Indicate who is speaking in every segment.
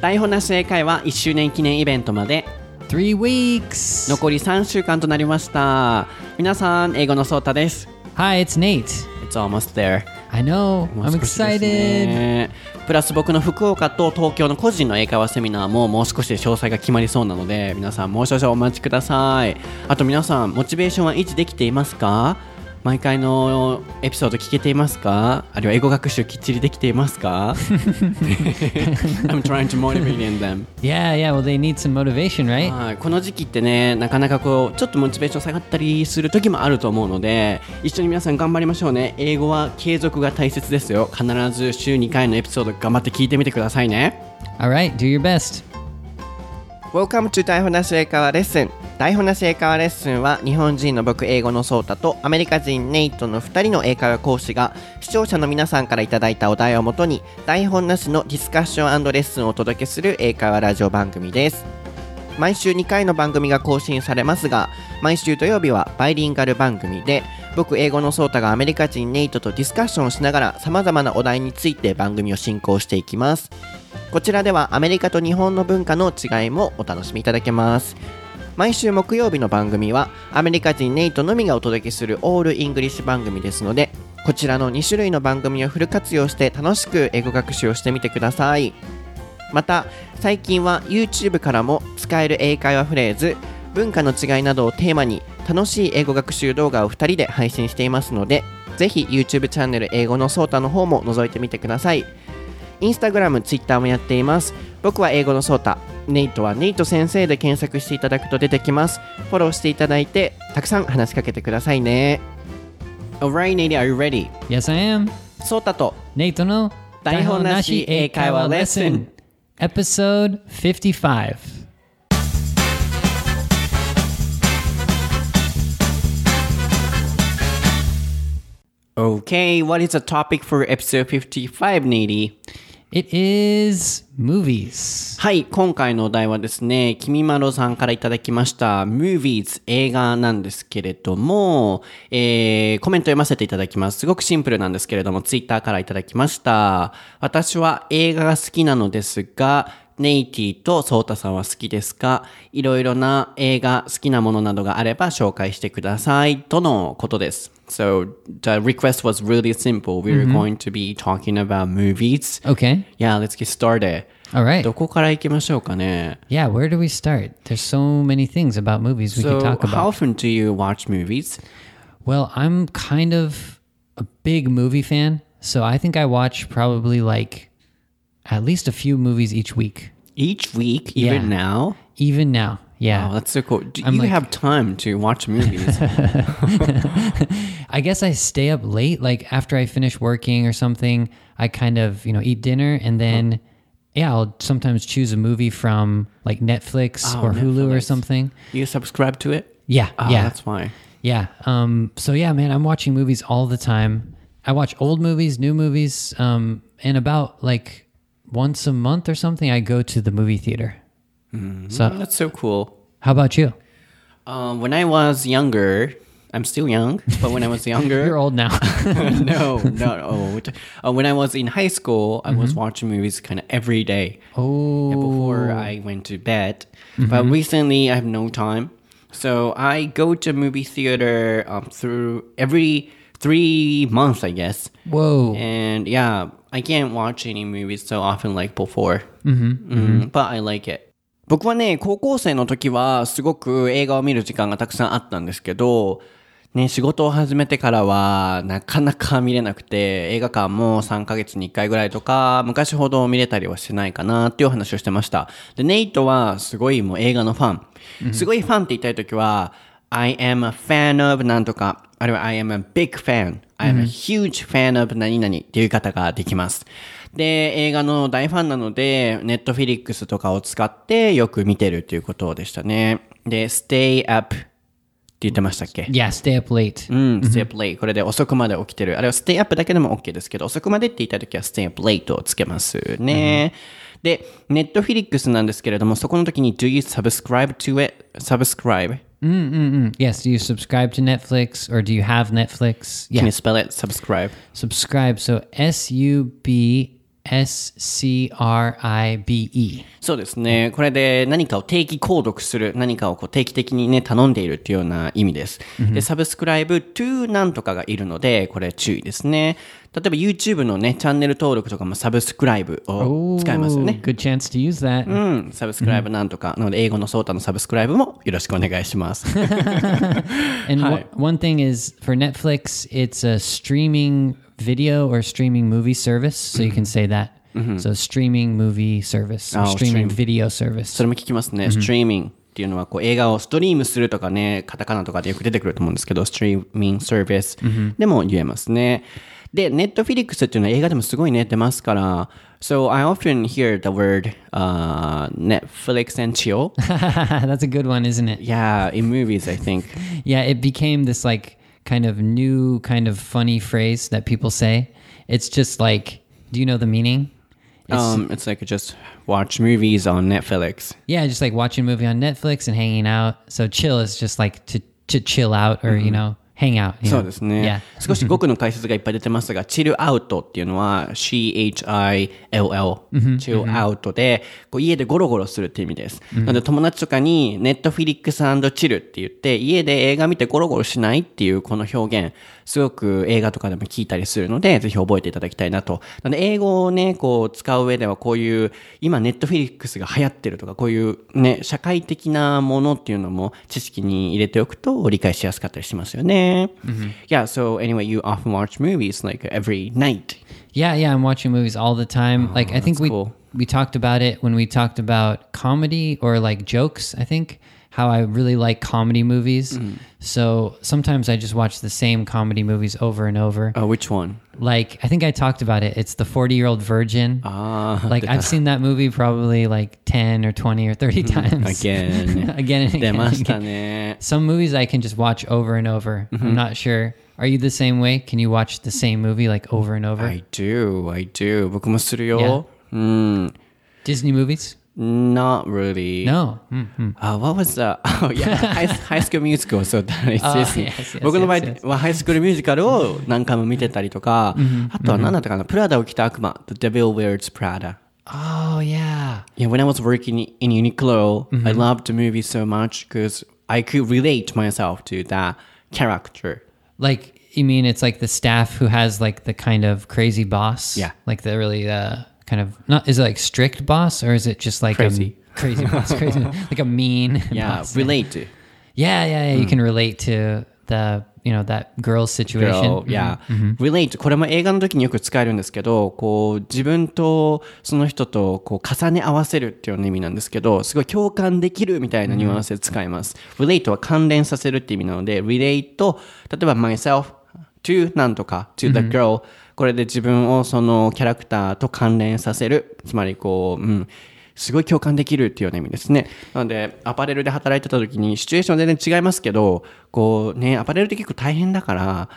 Speaker 1: 台本なし英会話1周年記念イベントまで
Speaker 2: Three weeks.
Speaker 1: 残り3週間となりました皆さん英語のソータです
Speaker 2: Hi, it's Nate.
Speaker 1: It's almost there
Speaker 2: I know.
Speaker 1: もう
Speaker 2: I'm
Speaker 1: 少しです
Speaker 2: excited.
Speaker 1: ねプラス僕の福岡と東京の個人の英会話セミナーももう少しで詳細が決まりそうなので皆さんもう少々お待ちくださいあと皆さんモチベーションは維持できていますか毎回のエピソード聞けていますかあるいは英語学習きっちりできていますか I'm trying to motivate them
Speaker 2: Yeah, yeah. Well, they need some motivation, right?
Speaker 1: はい、この時期ってねなかなかこうちょっとモチベーション下がったりする時もあると思うので一緒に皆さん頑張りましょうね英語は継続が大切ですよ必ず週2回のエピソード頑張って聞いてみてくださいね
Speaker 2: All right. Do your best.
Speaker 1: Welcome to 台本なし英会話レッスン台本なし英会話レッスンは日本人の僕英語のソータとアメリカ人ネイトの2人の英会話講師が視聴者の皆さんからいただいたお題をもとに台本なしのディスカッションレッスンをお届けする英会話ラジオ番組です毎週2回の番組が更新されますが毎週土曜日はバイリンガル番組で僕英語のソータがアメリカ人ネイトとディスカッションをしながらさまざまなお題について番組を進行していきますこちらではアメリカと日本の文化の違いもお楽しみいただけます毎週木曜日の番組はアメリカ人ネイトのみがお届けするオールイングリッシュ番組ですのでこちらの2種類の番組をフル活用して楽しく英語学習をしてみてくださいまた最近は YouTube からも使える英会話フレーズ文化の違いなどをテーマに楽しい英語学習動画を2人で配信していますのでぜひ YouTube チャンネル英語のソータの方も覗いてみてくださいインスタグラム、ツイッターもやっています。僕は英語のソータ、ネイトはネイト先生で検索していただくと出てきます。フォローしていただいて、たくさん話しかけてくださいね。Alright, Nate, are you ready?
Speaker 2: Yes, I am.
Speaker 1: ソータと
Speaker 2: Nate no
Speaker 1: 台本なし英会話レッスン
Speaker 2: Episode 55.
Speaker 1: Okay, what is the topic for episode 55, Nate?
Speaker 2: It is movies.
Speaker 1: はい、今回のお題はですね、君まろさんからいただきました、movies 映画なんですけれども、えー、コメント読ませていただきます。すごくシンプルなんですけれども、ツイッターからいただきました。私は映画が好きなのですが、ネイティとソータさんは好きですかいろいろな映画、好きなものなどがあれば紹介してください。とのことです。So, the request was really simple. We were going to be talking about movies.
Speaker 2: Okay.
Speaker 1: Yeah, let's get started.
Speaker 2: All right.
Speaker 1: どこから行きましょうかね
Speaker 2: Yeah, where do we start? There's so many things about movies we
Speaker 1: So,
Speaker 2: could talk
Speaker 1: how
Speaker 2: about.
Speaker 1: often do you watch movies?
Speaker 2: Well, I'm kind of a big movie fan, so I think I watch probably like at least a few movies each week,
Speaker 1: Each week, even
Speaker 2: Yeah.
Speaker 1: now?
Speaker 2: even
Speaker 1: Oh,
Speaker 2: now. Yeah.
Speaker 1: that's so cool. Do you have time to watch movies?
Speaker 2: I guess I stay up late like after I finish working or something, I kind of, you know, eat dinner and
Speaker 1: Oh.
Speaker 2: then yeah, I'll sometimes choose a movie from like Netflix or Hulu or
Speaker 1: Oh, Netflix.
Speaker 2: something.
Speaker 1: you subscribe to it?
Speaker 2: Yeah.
Speaker 1: Ah,
Speaker 2: yeah.
Speaker 1: That's why.
Speaker 2: Yeah. Um, so yeah, man, I'm watching movies all the time. I watch old movies, new movies, um, and about like once a month or something, I go to the movie theater. So
Speaker 1: Oh, That's so cool.
Speaker 2: how about you?
Speaker 1: Um, when I was younger, I'm still young, but when I was younger,
Speaker 2: You're old now.
Speaker 1: no, not old. Uh, when I was in high school, I
Speaker 2: Mm-hmm.
Speaker 1: was watching movies kind of every day.
Speaker 2: oh,
Speaker 1: yeah, before I went to bed. But recently, I have no time, so I go to movie theater um, through every three months, I guess.
Speaker 2: whoa.
Speaker 1: And yeah, I can't watch any movies so often like before. Mm, But I like it. 僕はね、高校生の時はすごく映画を見る時間がたくさんあったんですけど、ね、仕事を始めてからはなかなか見れなくて、映画館も3ヶ月に1回ぐらいとか、昔ほど見れたりはしてないかなっていうお話をしてました。で、ネイトはすごいもう映画のファン。すごいファンって言いたい時は、I am a fan of なんとか、あるいは I am a big fan, I am a huge fan of 何々っていう言い方ができます。で、映画の大ファンなので、ネットフィリックスとかを使ってよく見てるということでしたね。で、stay up って言ってましたっけ
Speaker 2: Yeah, stay up late.
Speaker 1: うん、stay up late。これで遅くまで起きてる。あれは stay up だけでも OK ですけど、遅くまでって言いたいときは stay up late をつけますね。で、Netflix なんですけれども、そこの時に do you subscribe to it? subscribe?
Speaker 2: Mm, Yes. Do you subscribe to Netflix or do you have Netflix? Yeah.
Speaker 1: Can you spell it? subscribe?
Speaker 2: Subscribe. So S U B S C R I B E.
Speaker 1: そうですね。これで何かを定期購読する、何かをこう定期的にね、頼んでいるっていうような意味です。で、サブスクライブ to なんとかがいるので、これ注意ですね。例えば YouTube のね、チャンネル登録とかもサブスクライブを使いますよ
Speaker 2: Ooh,
Speaker 1: ね。
Speaker 2: good chance to use that.
Speaker 1: うん、サブスクライブなんとか。なので、英語のソータのサブスクライブもよろしくお願いします。
Speaker 2: And one- one thing is for Netflix, it's a streaming video or streaming movie service. So you can say that. So streaming movie service, or
Speaker 1: Mm-hmm. Oh, stream.
Speaker 2: streaming video service.
Speaker 1: それも聞きますね。ストリーミングっていうのはこう映画をストリームするとかね、カタカナとかでよく出てくると思うんですけど、ストリーミングサービスでも言えますね。で、ネットフィリックスっていうのは映画でもすごいね、出ますから。So I often hear the word、Netflix and chill.
Speaker 2: That's a good one, isn't it?
Speaker 1: Yeah, in movies, I think.
Speaker 2: Yeah, it became this like kind of new kind of funny phrase that people say. It's just like, do you know the meaning? It's,
Speaker 1: Um, it's like just watch movies on Netflix.
Speaker 2: yeah, just like watching a movie on Netflix and hanging out. So chill is just like to to chill out or
Speaker 1: Mm-hmm.
Speaker 2: you know hang out. you
Speaker 1: そう
Speaker 2: know?
Speaker 1: ですね
Speaker 2: Yeah.。
Speaker 1: 少し語句の解説がいっぱい出てますが、チルアウトっていうのは CHILL、チルアウトで、こう家でゴロゴロするって意味です。なので友達とかにネットフィリックスチルって言って、家で映画見てゴロゴロしないっていうこの表現、すごく映画とかでも聞いたりするので、ぜひ覚えていただきたいなと。なので英語をね、こう使う上ではこういう、今ネットフィリックスが流行ってるとか、こういうね、社会的なものっていうのも知識に入れておくと理解しやすかったりしますよね。Yeah, so anyway, you often watch movies like every night.
Speaker 2: Yeah, yeah, I'm watching movies all the time. like I think we
Speaker 1: Oh, cool.
Speaker 2: we talked about it when we talked about comedy or like jokes, I think how I really like comedy movies.
Speaker 1: Mm-hmm.
Speaker 2: So sometimes I just watch the same comedy movies over and over.
Speaker 1: Uh, which one?
Speaker 2: Like I think I talked about it. It's the 40-year-old virgin.
Speaker 1: Ah,
Speaker 2: like I've seen that movie probably like 10 or 20 or 30 times.
Speaker 1: Mm-hmm. again.
Speaker 2: again and
Speaker 1: 出
Speaker 2: again.
Speaker 1: ま
Speaker 2: and
Speaker 1: し
Speaker 2: again.
Speaker 1: たね。
Speaker 2: Some movies I can just watch over and over.
Speaker 1: Mm-hmm.
Speaker 2: I'm not sure. Are you the same way? Can you watch the same movie like over and over?
Speaker 1: I do, I do. 僕もするよ。うん。
Speaker 2: Disney movies?
Speaker 1: Not really.
Speaker 2: No. Mm.
Speaker 1: Uh, what was the? Oh yeah, high, high School Musical. So that is
Speaker 2: Ah,
Speaker 1: this.
Speaker 2: yes, yes,
Speaker 1: 僕の場合
Speaker 2: yes, yes.
Speaker 1: はハイスクールミュージカルを何回も見てたりとか、
Speaker 2: Mm-hmm,
Speaker 1: あとは何だったかな、プラダを着た悪魔、The Devil Wears Prada。
Speaker 2: Oh yeah.
Speaker 1: Yeah, when I was working in Uniqlo, I
Speaker 2: Mm-hmm.
Speaker 1: loved the movie so much because I could relate myself to that character.
Speaker 2: Like you mean it's like the staff who has like the kind of crazy boss?
Speaker 1: Yeah.
Speaker 2: Like the really uh kind of not is it like strict boss or is it just like
Speaker 1: Crazy.
Speaker 2: a crazy boss, crazy like a mean
Speaker 1: Yeah,
Speaker 2: boss?
Speaker 1: relate Mm. to.
Speaker 2: Yeah, yeah, yeah. You can relate to the you know that girl's situation.
Speaker 1: girl,
Speaker 2: Mm-hmm.
Speaker 1: yeah. relate これも映画の時によく使えるんですけどこう自分とその人とこう重ね合わせるっていうような意味なんですけどすごい共感できるみたいなニュアンスで使います、relate は関連させるって意味なので relate と例えば myself to なんとか to the girl、これで自分をそのキャラクターと関連させるつまりこううんすごい共感できるっていうような意味ですね。なので、アパレルで働いてた時に、シチュエーションは全然違いますけど、こうね、アパレルって結構大変だから、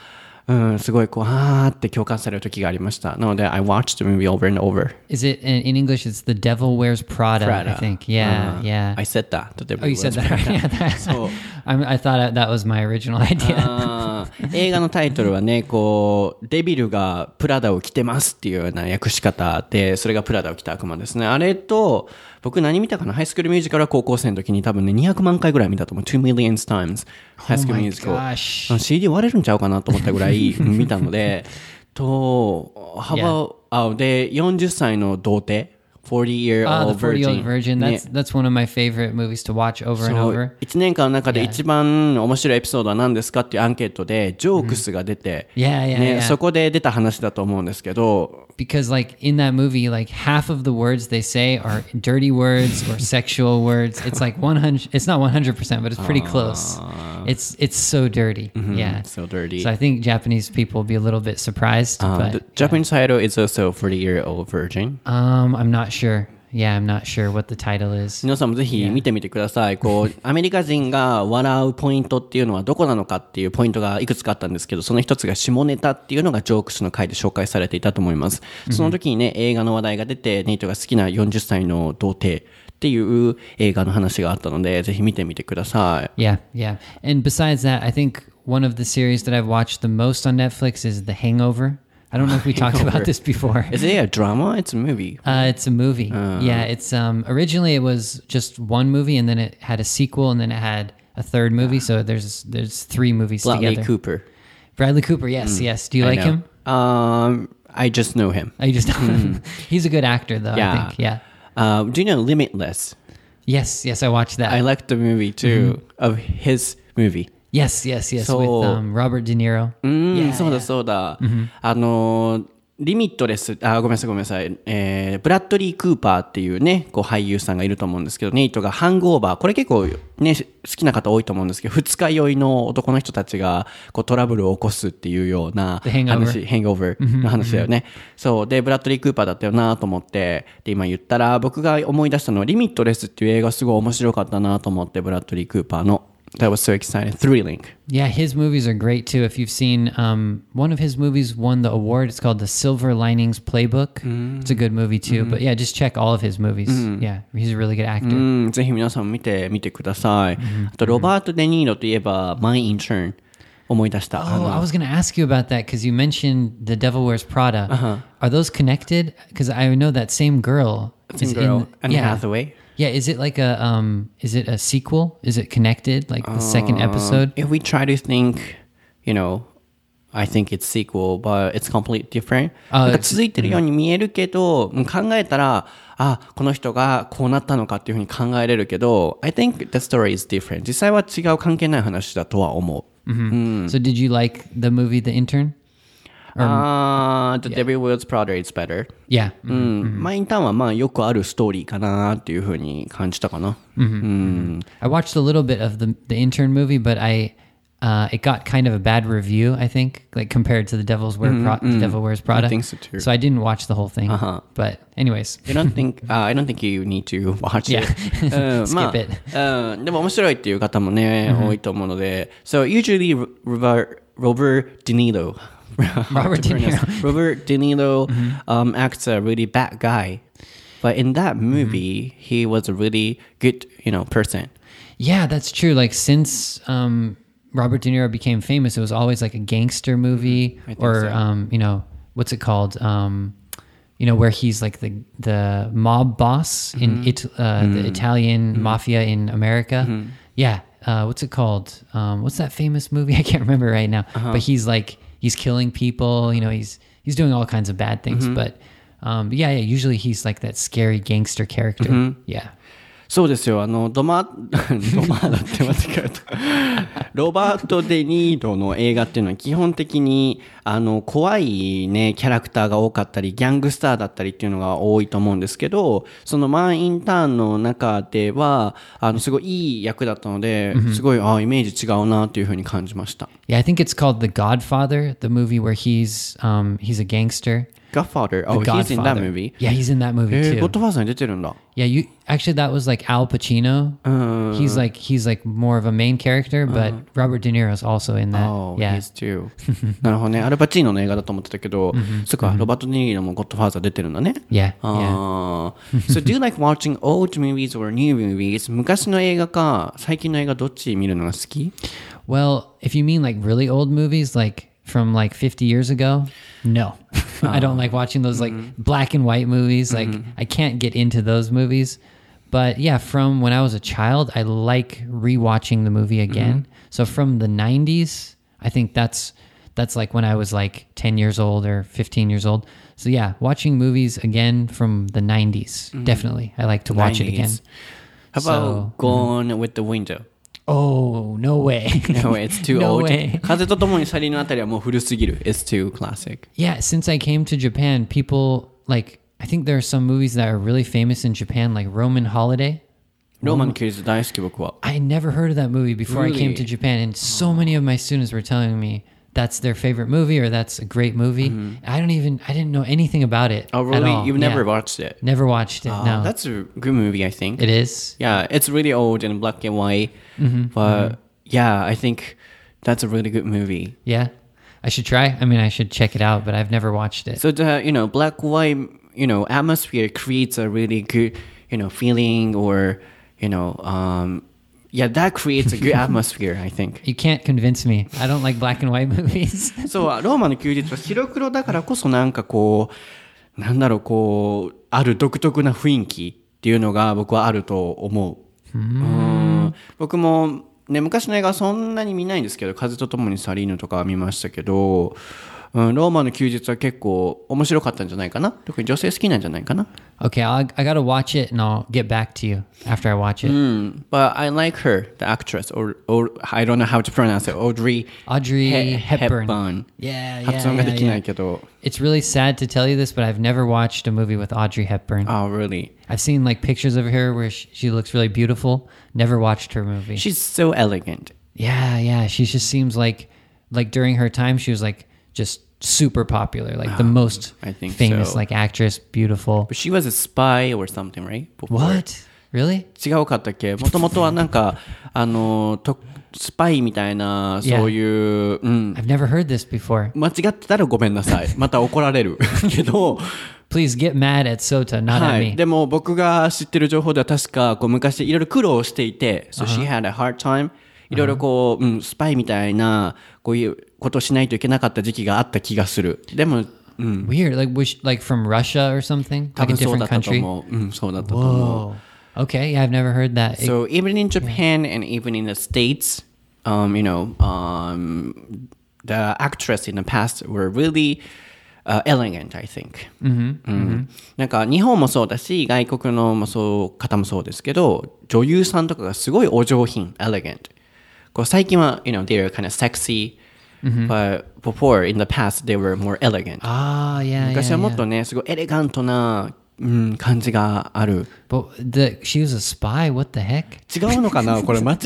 Speaker 1: うん、すごいこう、あーって共感される時がありました。なので、I watched the movie over and over.
Speaker 2: Is it in, in English? It's the devil wears Prada. I think. Yeah,
Speaker 1: Uh,
Speaker 2: yeah.
Speaker 1: I said that. to the
Speaker 2: oh, you said that. Right? Yeah, that
Speaker 1: So-
Speaker 2: I'm, I thought that was my original idea.
Speaker 1: あー映画のタイトルはね、こう、デビルがプラダを着てますっていうような訳し方で、それがプラダを着た悪魔ですね。あれと、僕何見たかなハイスクールミュージカルは高校生の時に多分ね、200万回ぐらい見たと思う。2 million times. ハイスクールミュージカル。
Speaker 2: Oh gosh.
Speaker 1: あの CD 割れるんちゃうかなと思ったぐら い見たので、と、幅を、あ、で、40歳の童貞。40 year
Speaker 2: Ah, the
Speaker 1: old
Speaker 2: forty year old
Speaker 1: virgin.
Speaker 2: virgin.
Speaker 1: ね
Speaker 2: That's that's one of my favorite movies to watch over and
Speaker 1: そう
Speaker 2: over.
Speaker 1: 1年間の中で
Speaker 2: Yeah.
Speaker 1: 一番面白いエピソードは何ですかっていうアンケートでジョークスが出て、
Speaker 2: Yeah, yeah,
Speaker 1: ね
Speaker 2: yeah.
Speaker 1: そこで出た話だと思うんですけど
Speaker 2: Because like in that movie, like half of the words they say are dirty words or sexual words. It's like one hundred. It's not one hundred percent, but it's pretty close. It's it's so dirty. Yeah.
Speaker 1: Mm-hmm. So dirty.
Speaker 2: So I think Japanese people will be a little bit surprised.
Speaker 1: uh, the
Speaker 2: but
Speaker 1: Japanese title is also 40 year old virgin
Speaker 2: Um, I'm not sure. Yeah, I'm not sure what the title is.
Speaker 1: 皆さんもぜひ見てみてください。 こう、アメリカ人が笑うポイントっていうのはどこなのかっていうポイントがいくつかあったんですけど、その一つが下ネタっていうのがジョークスの回で紹介されていたと思います。その時にね、映画の話題が出て、ネイトが好きな40歳の童貞っていう映画の話があったので、ぜひ見てみてください。
Speaker 2: Yeah, yeah. And besides that, I think one of the series that I've watched the most on Netflix is The Hangover. I don't know if we talked about this before.
Speaker 1: Is it a drama? It's a movie.
Speaker 2: Uh, it's a movie.
Speaker 1: Oh.
Speaker 2: yeah, it's um, originally it was just one movie, and then it had a sequel, and then it had a third movie. So there's there's three movies
Speaker 1: Bradley
Speaker 2: together.
Speaker 1: Cooper. Mm.
Speaker 2: Bradley Cooper. Yes, yes. Do you
Speaker 1: I
Speaker 2: like
Speaker 1: know.
Speaker 2: him?
Speaker 1: Um, I just know him.
Speaker 2: I just he's a good actor though. I
Speaker 1: Mm. Yeah.
Speaker 2: think. Yeah.
Speaker 1: Uh, do you know Limitless?
Speaker 2: Yes. Yes. I watched that.
Speaker 1: I liked the movie too of his movie.
Speaker 2: yes. Yes. Yes.
Speaker 1: So- Mm.
Speaker 2: with um, Robert De Niro.
Speaker 1: うん、
Speaker 2: Yeah,
Speaker 1: そうだそうだ。あのー、リミットレス、あ、ごめんなさいごめんなさい。えー、ブラッドリー・クーパーっていうね、こう俳優さんがいると思うんですけど、ネイトがハングオーバー、これ結構ね、好きな方多いと思うんですけど、二日酔いの男の人たちがこうトラブルを起こすっていうような
Speaker 2: The Hangover
Speaker 1: 話、ヘングオーバーの話だよね。そう。で、ブラッドリー・クーパーだったよなと思って、で、今言ったら、僕が思い出したのは、リミットレスっていう映画すごい面白かったなと思って、ブラッドリー・クーパーの。That was so exciting. Thrilling.
Speaker 2: Yeah, his movies are great too. If you've seen um, one of his movies, won the award. It's called The Silver Linings Playbook.
Speaker 1: Mm.
Speaker 2: It's a good movie
Speaker 1: Mm-hmm.
Speaker 2: too. But yeah, just check all of his movies. Yeah, he's a really good actor.
Speaker 1: うん、ぜひ皆さん見てみてください。あと、ロバート・デ・ニーロといえば、マイ・インチューン、思い出した。あ
Speaker 2: Oh,
Speaker 1: の
Speaker 2: I was going to ask you about that because you mentioned The Devil Wears Prada.
Speaker 1: Uh-huh.
Speaker 2: Are those connected? Because I know that same girl.
Speaker 1: Same
Speaker 2: is
Speaker 1: girl,
Speaker 2: in,
Speaker 1: Anne
Speaker 2: yeah.
Speaker 1: Hathaway.
Speaker 2: Yeah, is it like a um? Is it a sequel? Is it connected? Like the
Speaker 1: Um,
Speaker 2: second episode?
Speaker 1: If we try to think, you know, I think it's sequel, but it's completely different.
Speaker 2: あ
Speaker 1: なんか続いてるように見えるけど、うん考えたら、あ、この人がこうなったのかっていうふうに考えれるけど、I think the story is different. 実際は違う関係ない話だとは思う。hmm.
Speaker 2: So did you like the movie The Intern?
Speaker 1: ああ、The Devil Wears Prada is better.
Speaker 2: Yeah.
Speaker 1: うん、まあインターンはまあよくあるストーリーかなっていうふうに感じたかな。
Speaker 2: I watched a little bit of the the intern movie, but I uh, it got kind of a bad review. I think like compared to the Devil's Wear Pro- the Devil Wears
Speaker 1: Mm-hmm,
Speaker 2: Prada.
Speaker 1: think so, too. Uh-huh.
Speaker 2: I didn't watch the whole thing. But anyways,
Speaker 1: I don't think, uh, I don't think you need to watch it.
Speaker 2: Yeah.
Speaker 1: うんま
Speaker 2: Skip Mm-hmm.
Speaker 1: あうんでも面白いっていう方もね、多いと思うので。So usually Robert, Robert De Niro.
Speaker 2: Robert De Niro. Mm-hmm.
Speaker 1: Robert De Niro um, acts a really bad guy. But in that
Speaker 2: Mm-hmm.
Speaker 1: movie, he was a really good, you know, person.
Speaker 2: yeah, that's true. Like since um, Robert De Niro became famous, it was always like a gangster movie or um, you know what's it called? Um, you know where he's like the the mob boss in it, uh, the Italian mafia in America. Yeah, uh, what's it called? Um, what's that famous movie? I can't remember right now. But he's like he's killing people. You know he's he's doing all kinds of bad things. But um, yeah, yeah. Usually he's like that scary gangster character. Yeah.
Speaker 1: そうですよ。あの、ドマ、 ドマだって間違えた。ロバート・デ・ニードの映画っていうのは基本的に、あの、怖いね、キャラクターが多かったり、ギャングスターだったりっていうのが多いと思うんですけど、そのマン・インターンの中では、あの、すごいいい役だったので、すごい、あイメージ違うなっていうふうに感じました。
Speaker 2: Yeah, I think it's called The Godfather, the movie where he's um he's a gangster.
Speaker 1: Godfather, oh,
Speaker 2: The
Speaker 1: he's in that
Speaker 2: Godfather.
Speaker 1: movie.
Speaker 2: Yeah, he's in that movie
Speaker 1: えー、ゴッ
Speaker 2: too.
Speaker 1: ドファーザーに出てるんだ。
Speaker 2: Yeah, you actually that was like Al Pacino.
Speaker 1: Uh.
Speaker 2: he's like he's like more of a main character, but Robert De Niro's also in that.
Speaker 1: Oh,
Speaker 2: yeah.
Speaker 1: he's too. なるほど ね。アルパチーノの映画だと思ってたけど、そっか、ロバート・デ・ニーロもゴッドファーザー出てるんだね。
Speaker 2: Yeah, yeah.
Speaker 1: ああ。so do you like watching old movies or new movies? 昔の映画か、最近の映画どっち見るのが好き
Speaker 2: Well, if you mean like really old movies like from like 50 years ago, no. I don't like watching those like black and white movies. Like I can't get into those movies. But yeah, from when I was a child, I like rewatching the movie again. So from the 90s, I think that's that's like when I was like 10 years old or 15 years old. So yeah, watching movies again from the 90s. Definitely. I like to watch it again.
Speaker 1: Nineties. How about Gone with the Window?
Speaker 2: Oh, no way.
Speaker 1: No, it's too
Speaker 2: No
Speaker 1: old.
Speaker 2: way.
Speaker 1: 風と共に去りのあたりはもう古すぎる。It's too classic.
Speaker 2: Yeah, since I came to Japan, people like I think there are some movies that are really famous in Japan, like Roman Holiday.
Speaker 1: ローマンキューズ大好き僕は。
Speaker 2: I had never heard of that movie before I came
Speaker 1: Really?
Speaker 2: to Japan, and so many of my students were telling me that's their favorite movie or that's a great movie. I don't even I didn't know anything about it.
Speaker 1: Mm-hmm. Oh,
Speaker 2: at
Speaker 1: really?
Speaker 2: all.
Speaker 1: You've never
Speaker 2: Yeah.
Speaker 1: watched it?
Speaker 2: never watched it. no,
Speaker 1: That's a good movie, I think.
Speaker 2: it is.
Speaker 1: Yeah, it's really old and black and white. But yeah, I think that's a really good movie.
Speaker 2: Yeah, I should try. I mean, I should check it out, but I've never watched it.
Speaker 1: So the you know black white you know atmosphere creates a really good you know feeling or you know um Yeah, that creates a good atmosphere, I think.
Speaker 2: You can't convince me. I don't like black and white movies.
Speaker 1: そう、ローマの休日は白黒だからこそなんかこう、なんだろう、こう、ある独特な雰囲気っていうのが僕はあると思う。うん僕も、ね、昔の映画はそんなに見ないんですけど、風と共に去りぬとかは見ましたけど、うん、ローマの休日は結構面白かったんじゃないかな特に女性好きなんじゃないかな
Speaker 2: okay, I'll, I gotta watch it and I'll get back to you after I watch
Speaker 1: Mm-hmm.
Speaker 2: it.
Speaker 1: うん。But I like her, the actress, or, or I don't know how to pronounce it, Audrey
Speaker 2: Audrey
Speaker 1: He-
Speaker 2: Hepburn.
Speaker 1: Hepburn.
Speaker 2: Yeah, yeah,
Speaker 1: 発音がで
Speaker 2: yeah,
Speaker 1: きな
Speaker 2: yeah.
Speaker 1: いけど。
Speaker 2: It's really sad to tell you this, but I've never watched a movie with Audrey Hepburn.
Speaker 1: Oh, really?
Speaker 2: I've seen like pictures of her where she, she looks really beautiful. Never watched her movie.
Speaker 1: She's so elegant.
Speaker 2: yeah, yeah. She just seems like like during her time she was like just super popular, like the most
Speaker 1: I think
Speaker 2: famous
Speaker 1: so.
Speaker 2: like actress, beautiful.
Speaker 1: But she was a spy or something, right? Before.
Speaker 2: What? Really?
Speaker 1: 違うかったっけもともとはなん か、あの、とスパイみたいな、
Speaker 2: Yeah.
Speaker 1: そういう、うん。
Speaker 2: I've never heard this before.
Speaker 1: 間違ってたらごめんなさ い。また怒られる。けど、
Speaker 2: Please get mad at Sota, not
Speaker 1: は
Speaker 2: at
Speaker 1: い、
Speaker 2: me.
Speaker 1: でも僕が知ってる情報では確かこう昔いろいろ苦労していて、so she had a hard time いろいろこう、うん、スパイみたいなこういうことをしないといけなかった時期があった気がするでも、うん、
Speaker 2: Weird. Like was she, like from Russia or something?
Speaker 1: 多
Speaker 2: Like a
Speaker 1: 分そうだ
Speaker 2: different
Speaker 1: ったと
Speaker 2: country.
Speaker 1: 思う、うん、そうだったと思う
Speaker 2: Whoa. Oh. Okay, yeah, I've never heard that. It-
Speaker 1: So even in Japan and even in the States, um, you know, um, the actress in the past were really uh, elegant, I think. うんなんか日本もそうだし、外国のもそう方もそうですけど、女優さんとかがすごいお上品、elegant。こう最近は、you know, they are kind of sexy, but before in the past they were more elegant.
Speaker 2: ah, yeah, yeah,
Speaker 1: 昔はもっ
Speaker 2: yeah.
Speaker 1: とね、すごいエレガントな、うん、感じがある。
Speaker 2: But the she was a spy. What the heck?
Speaker 1: 違うのかなこれ間違い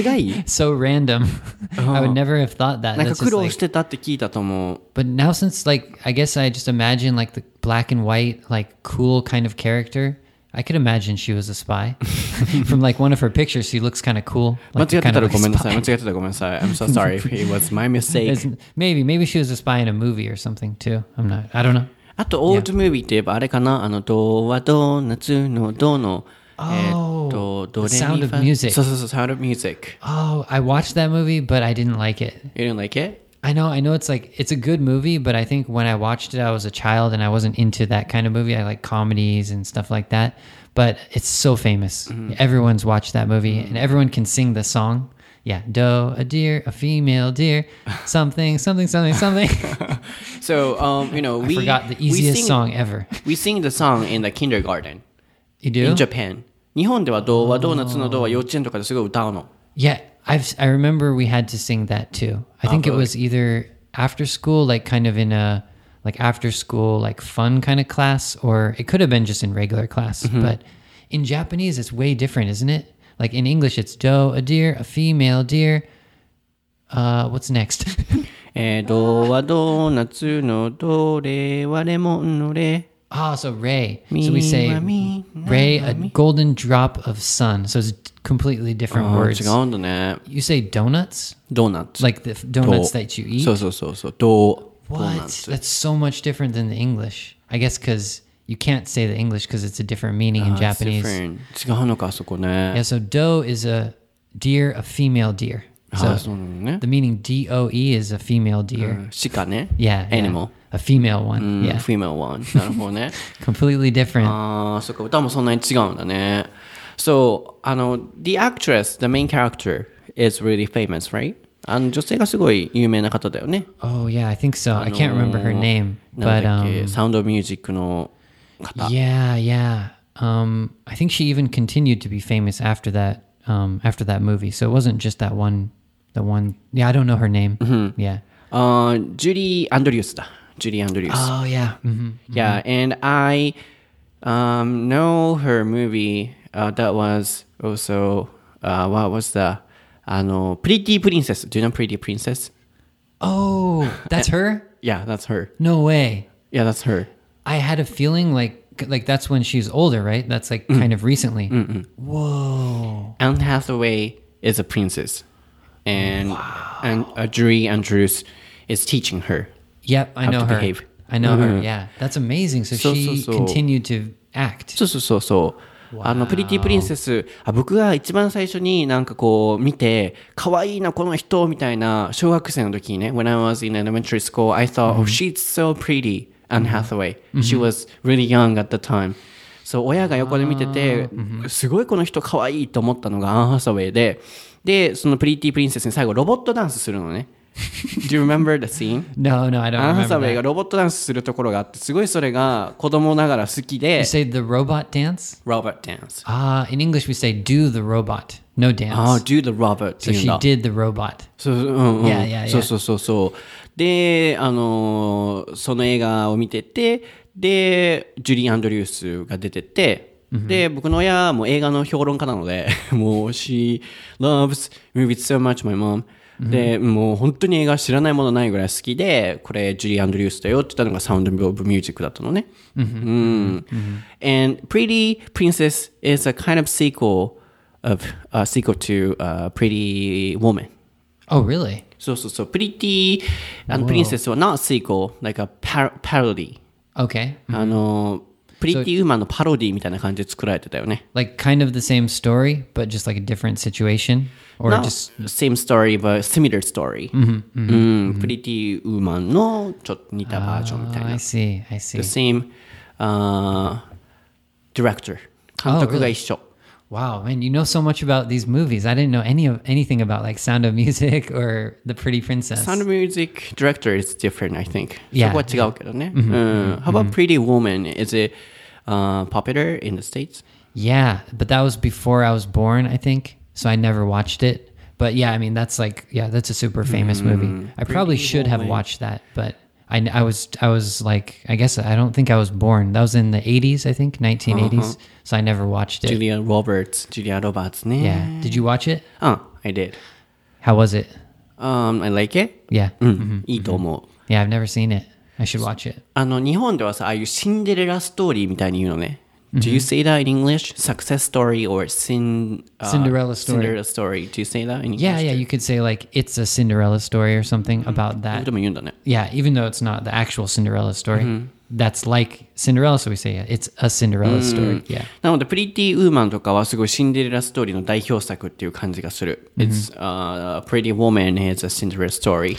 Speaker 2: So random. I would never have thought
Speaker 1: な
Speaker 2: that.
Speaker 1: んか
Speaker 2: That's
Speaker 1: 苦
Speaker 2: just
Speaker 1: 労
Speaker 2: like,
Speaker 1: してたって聞いたと思う。
Speaker 2: but now since like I guess I just imagine like the black and white like cool kind of character. I could imagine she was a spy. From like one of her pictures, she looks kind of cool.
Speaker 1: 間違
Speaker 2: Like
Speaker 1: って
Speaker 2: kind
Speaker 1: た
Speaker 2: of
Speaker 1: ら
Speaker 2: like
Speaker 1: ごめんなさい。間
Speaker 2: spy.
Speaker 1: 違ってたらごめんなさい。I'm so sorry if it was my mistake.
Speaker 2: It's- Maybe maybe she was a spy in a movie or something too. I'm not. I don't know.
Speaker 1: あと、オールドムービーって言えばあれかなあの、ドはドーナツのドの、えーっと、ドレミフ
Speaker 2: The Sound
Speaker 1: ァ
Speaker 2: of Music
Speaker 1: そうそうそう、Sound of Music。
Speaker 2: Oh, I watched that movie, but I didn't like it.
Speaker 1: You didn't like it?
Speaker 2: I know, I know it's like it's a good movie, but I think when I watched it I was a child and I wasn't into that kind of movie. I like comedies and stuff like that. But it's so famous.
Speaker 1: Mm-hmm.
Speaker 2: Everyone's watched that movie and everyone can sing the song. Yeah, doe, a deer, a female deer, something, something, something, something.
Speaker 1: So, um, you know,
Speaker 2: I
Speaker 1: we,
Speaker 2: forgot the
Speaker 1: we
Speaker 2: easiest
Speaker 1: sing-
Speaker 2: song ever.
Speaker 1: We sing the song in the kindergarten
Speaker 2: You do?
Speaker 1: in Japan. 日本ではドはドーナツのドは幼稚園とかですごい歌うの。
Speaker 2: Yeah, I've I remember we had to sing that too.
Speaker 1: Oh,
Speaker 2: I think it was either after school, like kind of in a like after school like fun kind of class, or it could have been just in regular class.
Speaker 1: Mm-hmm.
Speaker 2: But in Japanese, it's way different, isn't it? Like in English, it's doe, a deer, a female deer. Uh, what's next?
Speaker 1: えー、ドはドーナツのドレはレモンのレ。
Speaker 2: Ah, so ray. So we say
Speaker 1: Mi, ma,
Speaker 2: ray, a golden drop of sun. So it's completely different
Speaker 1: あー
Speaker 2: words.
Speaker 1: 違うんだね。
Speaker 2: You say donuts,
Speaker 1: ドーナツ。
Speaker 2: like the f- donuts
Speaker 1: ド
Speaker 2: that you eat.
Speaker 1: そうそうそうそう。ドー。ドーナ
Speaker 2: What?
Speaker 1: ツ。
Speaker 2: That's so much different than the English. I guess because you can't say the English because it's a different meaning in Japanese.
Speaker 1: Uh-huh, Different 違うのか、あそこね。
Speaker 2: Yeah, so doe is a deer, a female deer.
Speaker 1: あ
Speaker 2: So
Speaker 1: そうなのね
Speaker 2: the。meaning D O E is a female deer.
Speaker 1: 鹿ね。
Speaker 2: Yeah,
Speaker 1: Uh,
Speaker 2: yeah.
Speaker 1: Animal. Mm,
Speaker 2: A female one.
Speaker 1: うん
Speaker 2: yeah.
Speaker 1: Female one. なるほど ね。
Speaker 2: Completely different.
Speaker 1: ああ、そっか、歌もそんなに違うんだね。So, あの、the actress, the main character is really famous, right? あの、女性がすごい有名な方だよね。
Speaker 2: oh yeah, I think so. I can't remember her name,
Speaker 1: なん
Speaker 2: but
Speaker 1: だっけ、
Speaker 2: um,
Speaker 1: サウンドミュージックの方。
Speaker 2: yeah, yeah. Um, I think she even continued to be famous after that. Um, after that movie, so it wasn't just that one. The one. Yeah, I don't know her name.
Speaker 1: Mm-hmm.
Speaker 2: Yeah.
Speaker 1: あージュリー・アンドリュースだ。ジュリー・アンドリュース。
Speaker 2: Oh yeah. hmm
Speaker 1: Yeah, and I um, know her movie uh, that was also uh, what was the あの Pretty Princess. Do you know Pretty Princess?
Speaker 2: Oh, that's her?
Speaker 1: Yeah, that's her.
Speaker 2: No way.
Speaker 1: Yeah, that's her.
Speaker 2: I had a feeling like like that's when she's older, right? That's like kind of recently. Whoa.
Speaker 1: Anne Hathaway is a princess, and and uh, Julie Andrews is teaching her.
Speaker 2: Yep, I
Speaker 1: How
Speaker 2: know
Speaker 1: to
Speaker 2: her.
Speaker 1: behave.
Speaker 2: I know her. Yeah, that's amazing. Mm-hmm. So,
Speaker 1: So,
Speaker 2: she
Speaker 1: so, so.
Speaker 2: continued to act.
Speaker 1: そうそうそうそう。あの、プリティプリンセス、あ、僕が一番最初になんかこう見て、可愛いなこの人みたいな、小学生の時にね、When I was in elementary school, I thought, oh, she's so pretty, Anne Hathaway. She was really young at the time. そう、親が横で見てて、すごいこの人可愛いと思ったのがアン・ハサウェイで、で、そのプリティプリンセスに最後ロボットダンスするのね。Do you remember the scene?
Speaker 2: No, no, I don't
Speaker 1: アン・ハ
Speaker 2: remember.
Speaker 1: サウェイ
Speaker 2: That.
Speaker 1: がロボットダンスするところがあって、すごいそれが子供ながら好きで
Speaker 2: You、say the robot dance?
Speaker 1: ロボットダンス。
Speaker 2: Ah, in English we say do the robot, no
Speaker 1: ああ、
Speaker 2: dance.
Speaker 1: Oh, do the robot って
Speaker 2: so
Speaker 1: いうん
Speaker 2: she
Speaker 1: だ。
Speaker 2: did the robot.
Speaker 1: そうそう、うんうん。
Speaker 2: いやいやいや
Speaker 1: そうそうそうそう。で、あのーその映画を見てて、で、ジュリー・アンドリュースが出てて、で、僕の親も映画の評論家なので、 もう、she loves movies so much, my mom. で、もう本当に映画知らないものないぐらい好きで、これジュリー・アンドリュースだよって言ったのがサウンド・オブ・ミュージックだったのね。うん。And Pretty Princess is a kind of sequel of, a sequel to、Pretty Woman.
Speaker 2: Oh, really?
Speaker 1: そうそうそう。プリティあのプリンセスは not sequel, like a par- parody、
Speaker 2: Okay.
Speaker 1: あの、プリティウーマンのパロディみたいな感じで作られてたよね。
Speaker 2: Like kind of the same story, but just like a different situation, or
Speaker 1: Not
Speaker 2: just
Speaker 1: same story but similar story. うんプリティウーマンのちょっと似たバージョンみたい
Speaker 2: Oh,
Speaker 1: な
Speaker 2: I。see. I
Speaker 1: The
Speaker 2: see.
Speaker 1: same、uh, director. 監督が一緒。
Speaker 2: Wow, man, you know so much about these movies. I didn't know any of anything about like Sound of Music or The Pretty Princess.
Speaker 1: Sound music director is different, I think.
Speaker 2: Yeah.
Speaker 1: そこは違うけどね。うん。How about Pretty Woman? Is it、uh, popular in the States?
Speaker 2: yeah, but that was before I was born, I think. So I never watched it. But yeah, I mean that's like yeah, that's a super famous movie. I probably should have watched that, but I, I was I was like I guess I don't think I was born. That was in the 80s, I think, 1980s. So I never watched it.
Speaker 1: ジュリア・ロバーツ、ジュリア・ロバーツ
Speaker 2: yeah.
Speaker 1: ね。
Speaker 2: Did you watch it?
Speaker 1: うん、I did.
Speaker 2: How was it?
Speaker 1: Um, I like it.
Speaker 2: Yeah.
Speaker 1: うん、いいと思う。
Speaker 2: Yeah, I've never seen it. I should watch it.
Speaker 1: あの、日本ではさ、ああいうシンデレラストーリーみたいに言うのね。Do you say that in English? Success story or sin, uh,
Speaker 2: Cinderella story.
Speaker 1: Cinderella story. Do you say that in English?
Speaker 2: Yeah, yeah, you could say like it's a Cinderella story or something
Speaker 1: そ
Speaker 2: about
Speaker 1: れ
Speaker 2: that.
Speaker 1: でも言うんだね。
Speaker 2: Yeah, even though it's not the actual Cinderella story, that's like Cinderella, so we say yeah, it's a Cinderella story. Yeah.
Speaker 1: なので、プリティウーマンとかはすごいシンデレラストーリーの代表作っていう感じがする。It's、uh, Pretty Woman is a Cinderella story.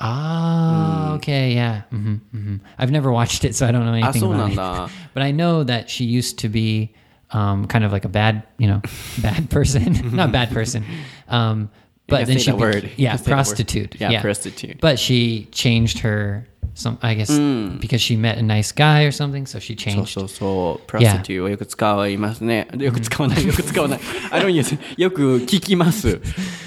Speaker 1: Mm.
Speaker 2: Ah, okay, yeah. hmm hmm I've never watched it, so I don't know anything
Speaker 1: saw
Speaker 2: about
Speaker 1: that.
Speaker 2: it. But I know that she used to be um, kind of like a bad, you know, bad person, not bad person. Um, but
Speaker 1: can
Speaker 2: then
Speaker 1: say
Speaker 2: she,
Speaker 1: that
Speaker 2: bec-
Speaker 1: word. You
Speaker 2: yeah,
Speaker 1: can say that word.
Speaker 2: prostitute.
Speaker 1: Yeah, prostitute. Hmm.
Speaker 2: But she changed her, some I guess, because she met a nice guy or something. So she
Speaker 1: そう
Speaker 2: changed.
Speaker 1: そうそう、プラスティはよく使いますね。よく使わ ない、よく使わない。I don't use it. よく聞きます。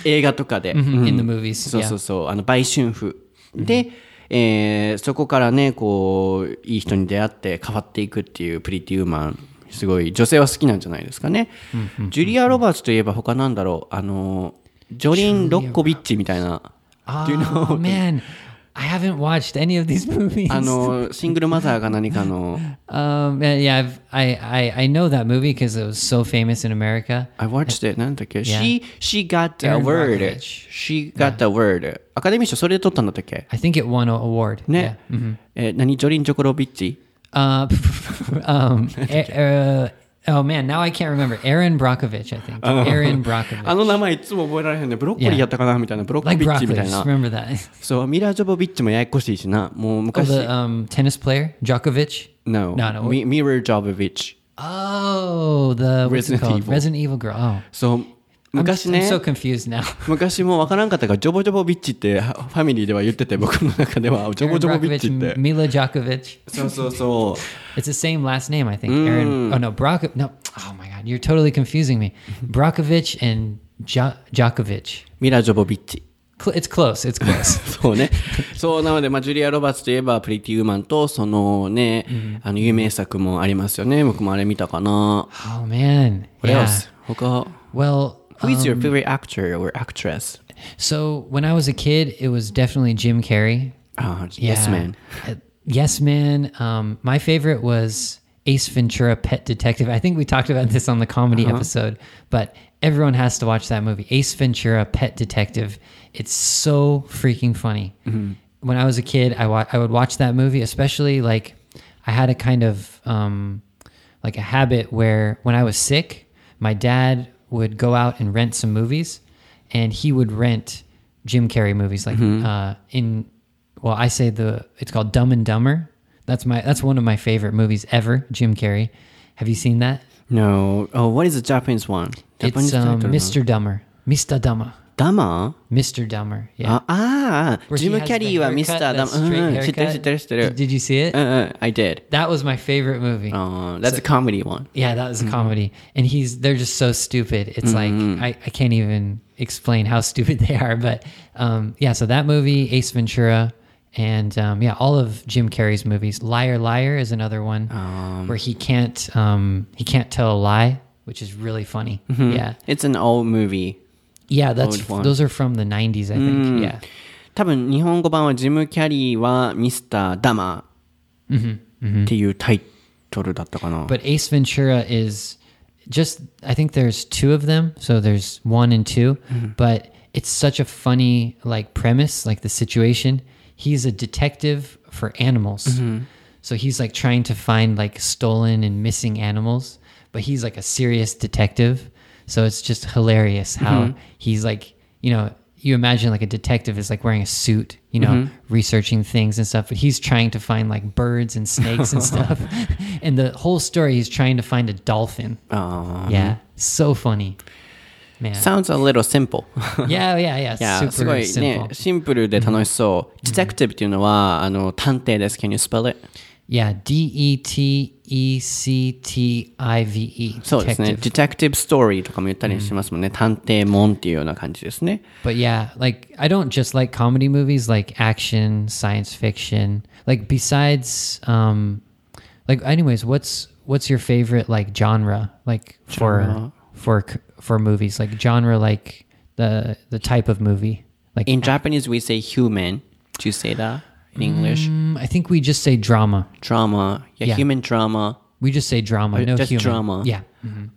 Speaker 1: 映画とかで。うん
Speaker 2: in the movies.
Speaker 1: そうそう
Speaker 2: yeah.
Speaker 1: そう、あの売春婦。で、えーそこからね、こう、いい人に出会って変わっていくっていうプリティウーマン。すごい、女性は好きなんじゃないですかね。ジュリア・ロバーツといえば他なんだろう。あの、ジョリン・ロッコビッチみたいな。
Speaker 2: Ah,
Speaker 1: Do you know? Ah,
Speaker 2: man, I haven't watched any of these movies.
Speaker 1: あの、シングルマザーが何かの、
Speaker 2: Um, yeah, yeah, I've, I, I, I know that movie because it was so famous in America.
Speaker 1: I watched it. なんだっけ、
Speaker 2: Yeah.
Speaker 1: ?She, she got a
Speaker 2: Erin
Speaker 1: word.
Speaker 2: Brockovich.
Speaker 1: She got a word. アカデミー賞それで取ったんだったっけ
Speaker 2: I think it won an award.
Speaker 1: ね。えー何ジョリン・ジョコロビッチ
Speaker 2: Uh, um, eh, uh, oh man, now I can't remember. Aaron Brockovich, I think.
Speaker 1: Oh.
Speaker 2: Aaron Brockovich.
Speaker 1: あの名前いつも覚えられへんね。ブロッコリーやったかなみたいな。ブロッコ
Speaker 2: like
Speaker 1: リッチみ
Speaker 2: broccoli,
Speaker 1: たい
Speaker 2: just
Speaker 1: な。
Speaker 2: remember that.
Speaker 1: そう、ミラ・ジョボビッチもややこしいしな。もう
Speaker 2: Oh,
Speaker 1: 昔。
Speaker 2: the um, tennis player, Djokovic.
Speaker 1: no.
Speaker 2: No, no.
Speaker 1: ミミラ・ジョボビッチ。
Speaker 2: Oh, the what's
Speaker 1: Resident
Speaker 2: it called?
Speaker 1: Evil.
Speaker 2: Resident Evil girl. Oh,
Speaker 1: そう、
Speaker 2: I'm,
Speaker 1: 昔
Speaker 2: I'm
Speaker 1: ね。
Speaker 2: so confused now.
Speaker 1: 昔もわからんかったから、ジョボジョボビッチってファミリーでは言ってて、僕の中では、ジョボ
Speaker 2: Aaron
Speaker 1: ジョボビッチっ
Speaker 2: Brockovich,
Speaker 1: て。
Speaker 2: Mila Djokovic.
Speaker 1: そうそうそう。
Speaker 2: It's the same last name, I think.
Speaker 1: Mm.
Speaker 2: Aaron. Oh no, Brock. No. Oh my God, you're totally confusing me. Brockovich and jo- Djokovic.
Speaker 1: ミラ・ジョボビッチ。
Speaker 2: Cl- it's close. It's close.
Speaker 1: そうね。そうなので、まあ、ジュリア・ロバーツといえば、プリティ・ウーマンと、そのね、あの、有名作もありますよね。僕もあれ見たかな。
Speaker 2: oh man.
Speaker 1: What
Speaker 2: yeah.
Speaker 1: else? 他。
Speaker 2: Well, uh,
Speaker 1: Who is your favorite actor or actress?
Speaker 2: so when I was a kid, it was definitely Jim Carrey.
Speaker 1: Ah,
Speaker 2: Yeah.
Speaker 1: Yes Man.
Speaker 2: Uh, Yes Man. Um, my favorite was Ace Ventura: Pet Detective. I think we talked about this on the comedy
Speaker 1: Uh-huh.
Speaker 2: episode, but everyone has to watch that movie, Ace Ventura: Pet Detective. It's so freaking funny.
Speaker 1: Mm-hmm.
Speaker 2: When I was a kid, I wa- I would watch that movie, especially like I had a kind of um, like a habit where when I was sick, my dad would go out and rent some movies, and he would rent Jim Carrey movies like
Speaker 1: Mm-hmm.
Speaker 2: uh, in well, I say the it's called Dumb and Dumber. That's my that's one of my favorite movies ever. Jim Carrey. Have you seen that?
Speaker 1: No. Oh, what is the Japanese one? Japanese
Speaker 2: it's um,
Speaker 1: title, no?
Speaker 2: Mr. Dumber. Mr. Dumber.
Speaker 1: Dama?
Speaker 2: Mr. Dumber. Yeah.
Speaker 1: ああー、
Speaker 2: Where
Speaker 1: ジ
Speaker 2: he
Speaker 1: ム・キ
Speaker 2: has
Speaker 1: ャリーは
Speaker 2: the
Speaker 1: ミス
Speaker 2: haircut,
Speaker 1: ターダ
Speaker 2: that
Speaker 1: ム。
Speaker 2: straight
Speaker 1: うんうん、知ってる
Speaker 2: haircut.
Speaker 1: 知ってる知ってる
Speaker 2: Did,。did you see it?
Speaker 1: うんうん、I did.
Speaker 2: that was my favorite movie.
Speaker 1: Uh, that's a comedy one.
Speaker 2: Yeah, that was a comedy. And he's they're just so stupid. It's like I, I can't even explain how stupid they are. But um, yeah, so that movie, Ace Ventura, and um, yeah, all of Jim Carrey's movies. Liar Liar is another one where he can't um, he can't tell a lie, which is really funny. Yeah.
Speaker 1: It's an old movie.
Speaker 2: Yeah, that's
Speaker 1: Old one. Mm.
Speaker 2: those are from the nineties, I think. Yeah.
Speaker 1: 多分日本語版はジム・キャリーはミスター・ダマっていうタイトルだったかな。
Speaker 2: But Ace Ventura is just I think there's two of them, so there's one and 2 but it's such a funny like premise, like the situation. He's a detective for animals. So he's like trying to find like stolen and missing animals, but he's like a serious detective. So it's just hilarious how he's like, you know, you imagine like a detective is like wearing a suit, you know, researching things and stuff, but he's trying to find like birds and snakes and stuff. and the whole story he's trying to find a dolphin.
Speaker 1: Uh,
Speaker 2: Yeah. So funny. Man.
Speaker 1: sounds a little simple.
Speaker 2: yeah, yeah, yeah.
Speaker 1: いや
Speaker 2: Super
Speaker 1: すごいね
Speaker 2: simple.
Speaker 1: シンプルで楽しそう。ディテクティブっていうのはあの探偵です。Can you spell it?
Speaker 2: Yeah. D E T E C T I V E.
Speaker 1: そうですね。
Speaker 2: detective.
Speaker 1: ディテクティブストーリーとかも言ったりしますもんね。探偵もんっていうような感じですね。
Speaker 2: But yeah, like I don't just like comedy movies, like action, science fiction. Like besides um like anyways, what's what's your favorite like genre like for for c- for movies? Like genre like the the type of movie. Like
Speaker 1: In Japanese we say human. Do you say that in English?
Speaker 2: mm, I think we just say drama.
Speaker 1: Drama. Yeah,
Speaker 2: Yeah.
Speaker 1: human drama.
Speaker 2: We just say drama, no
Speaker 1: Oh, just
Speaker 2: human.
Speaker 1: drama. Mm-hmm.
Speaker 2: Yeah.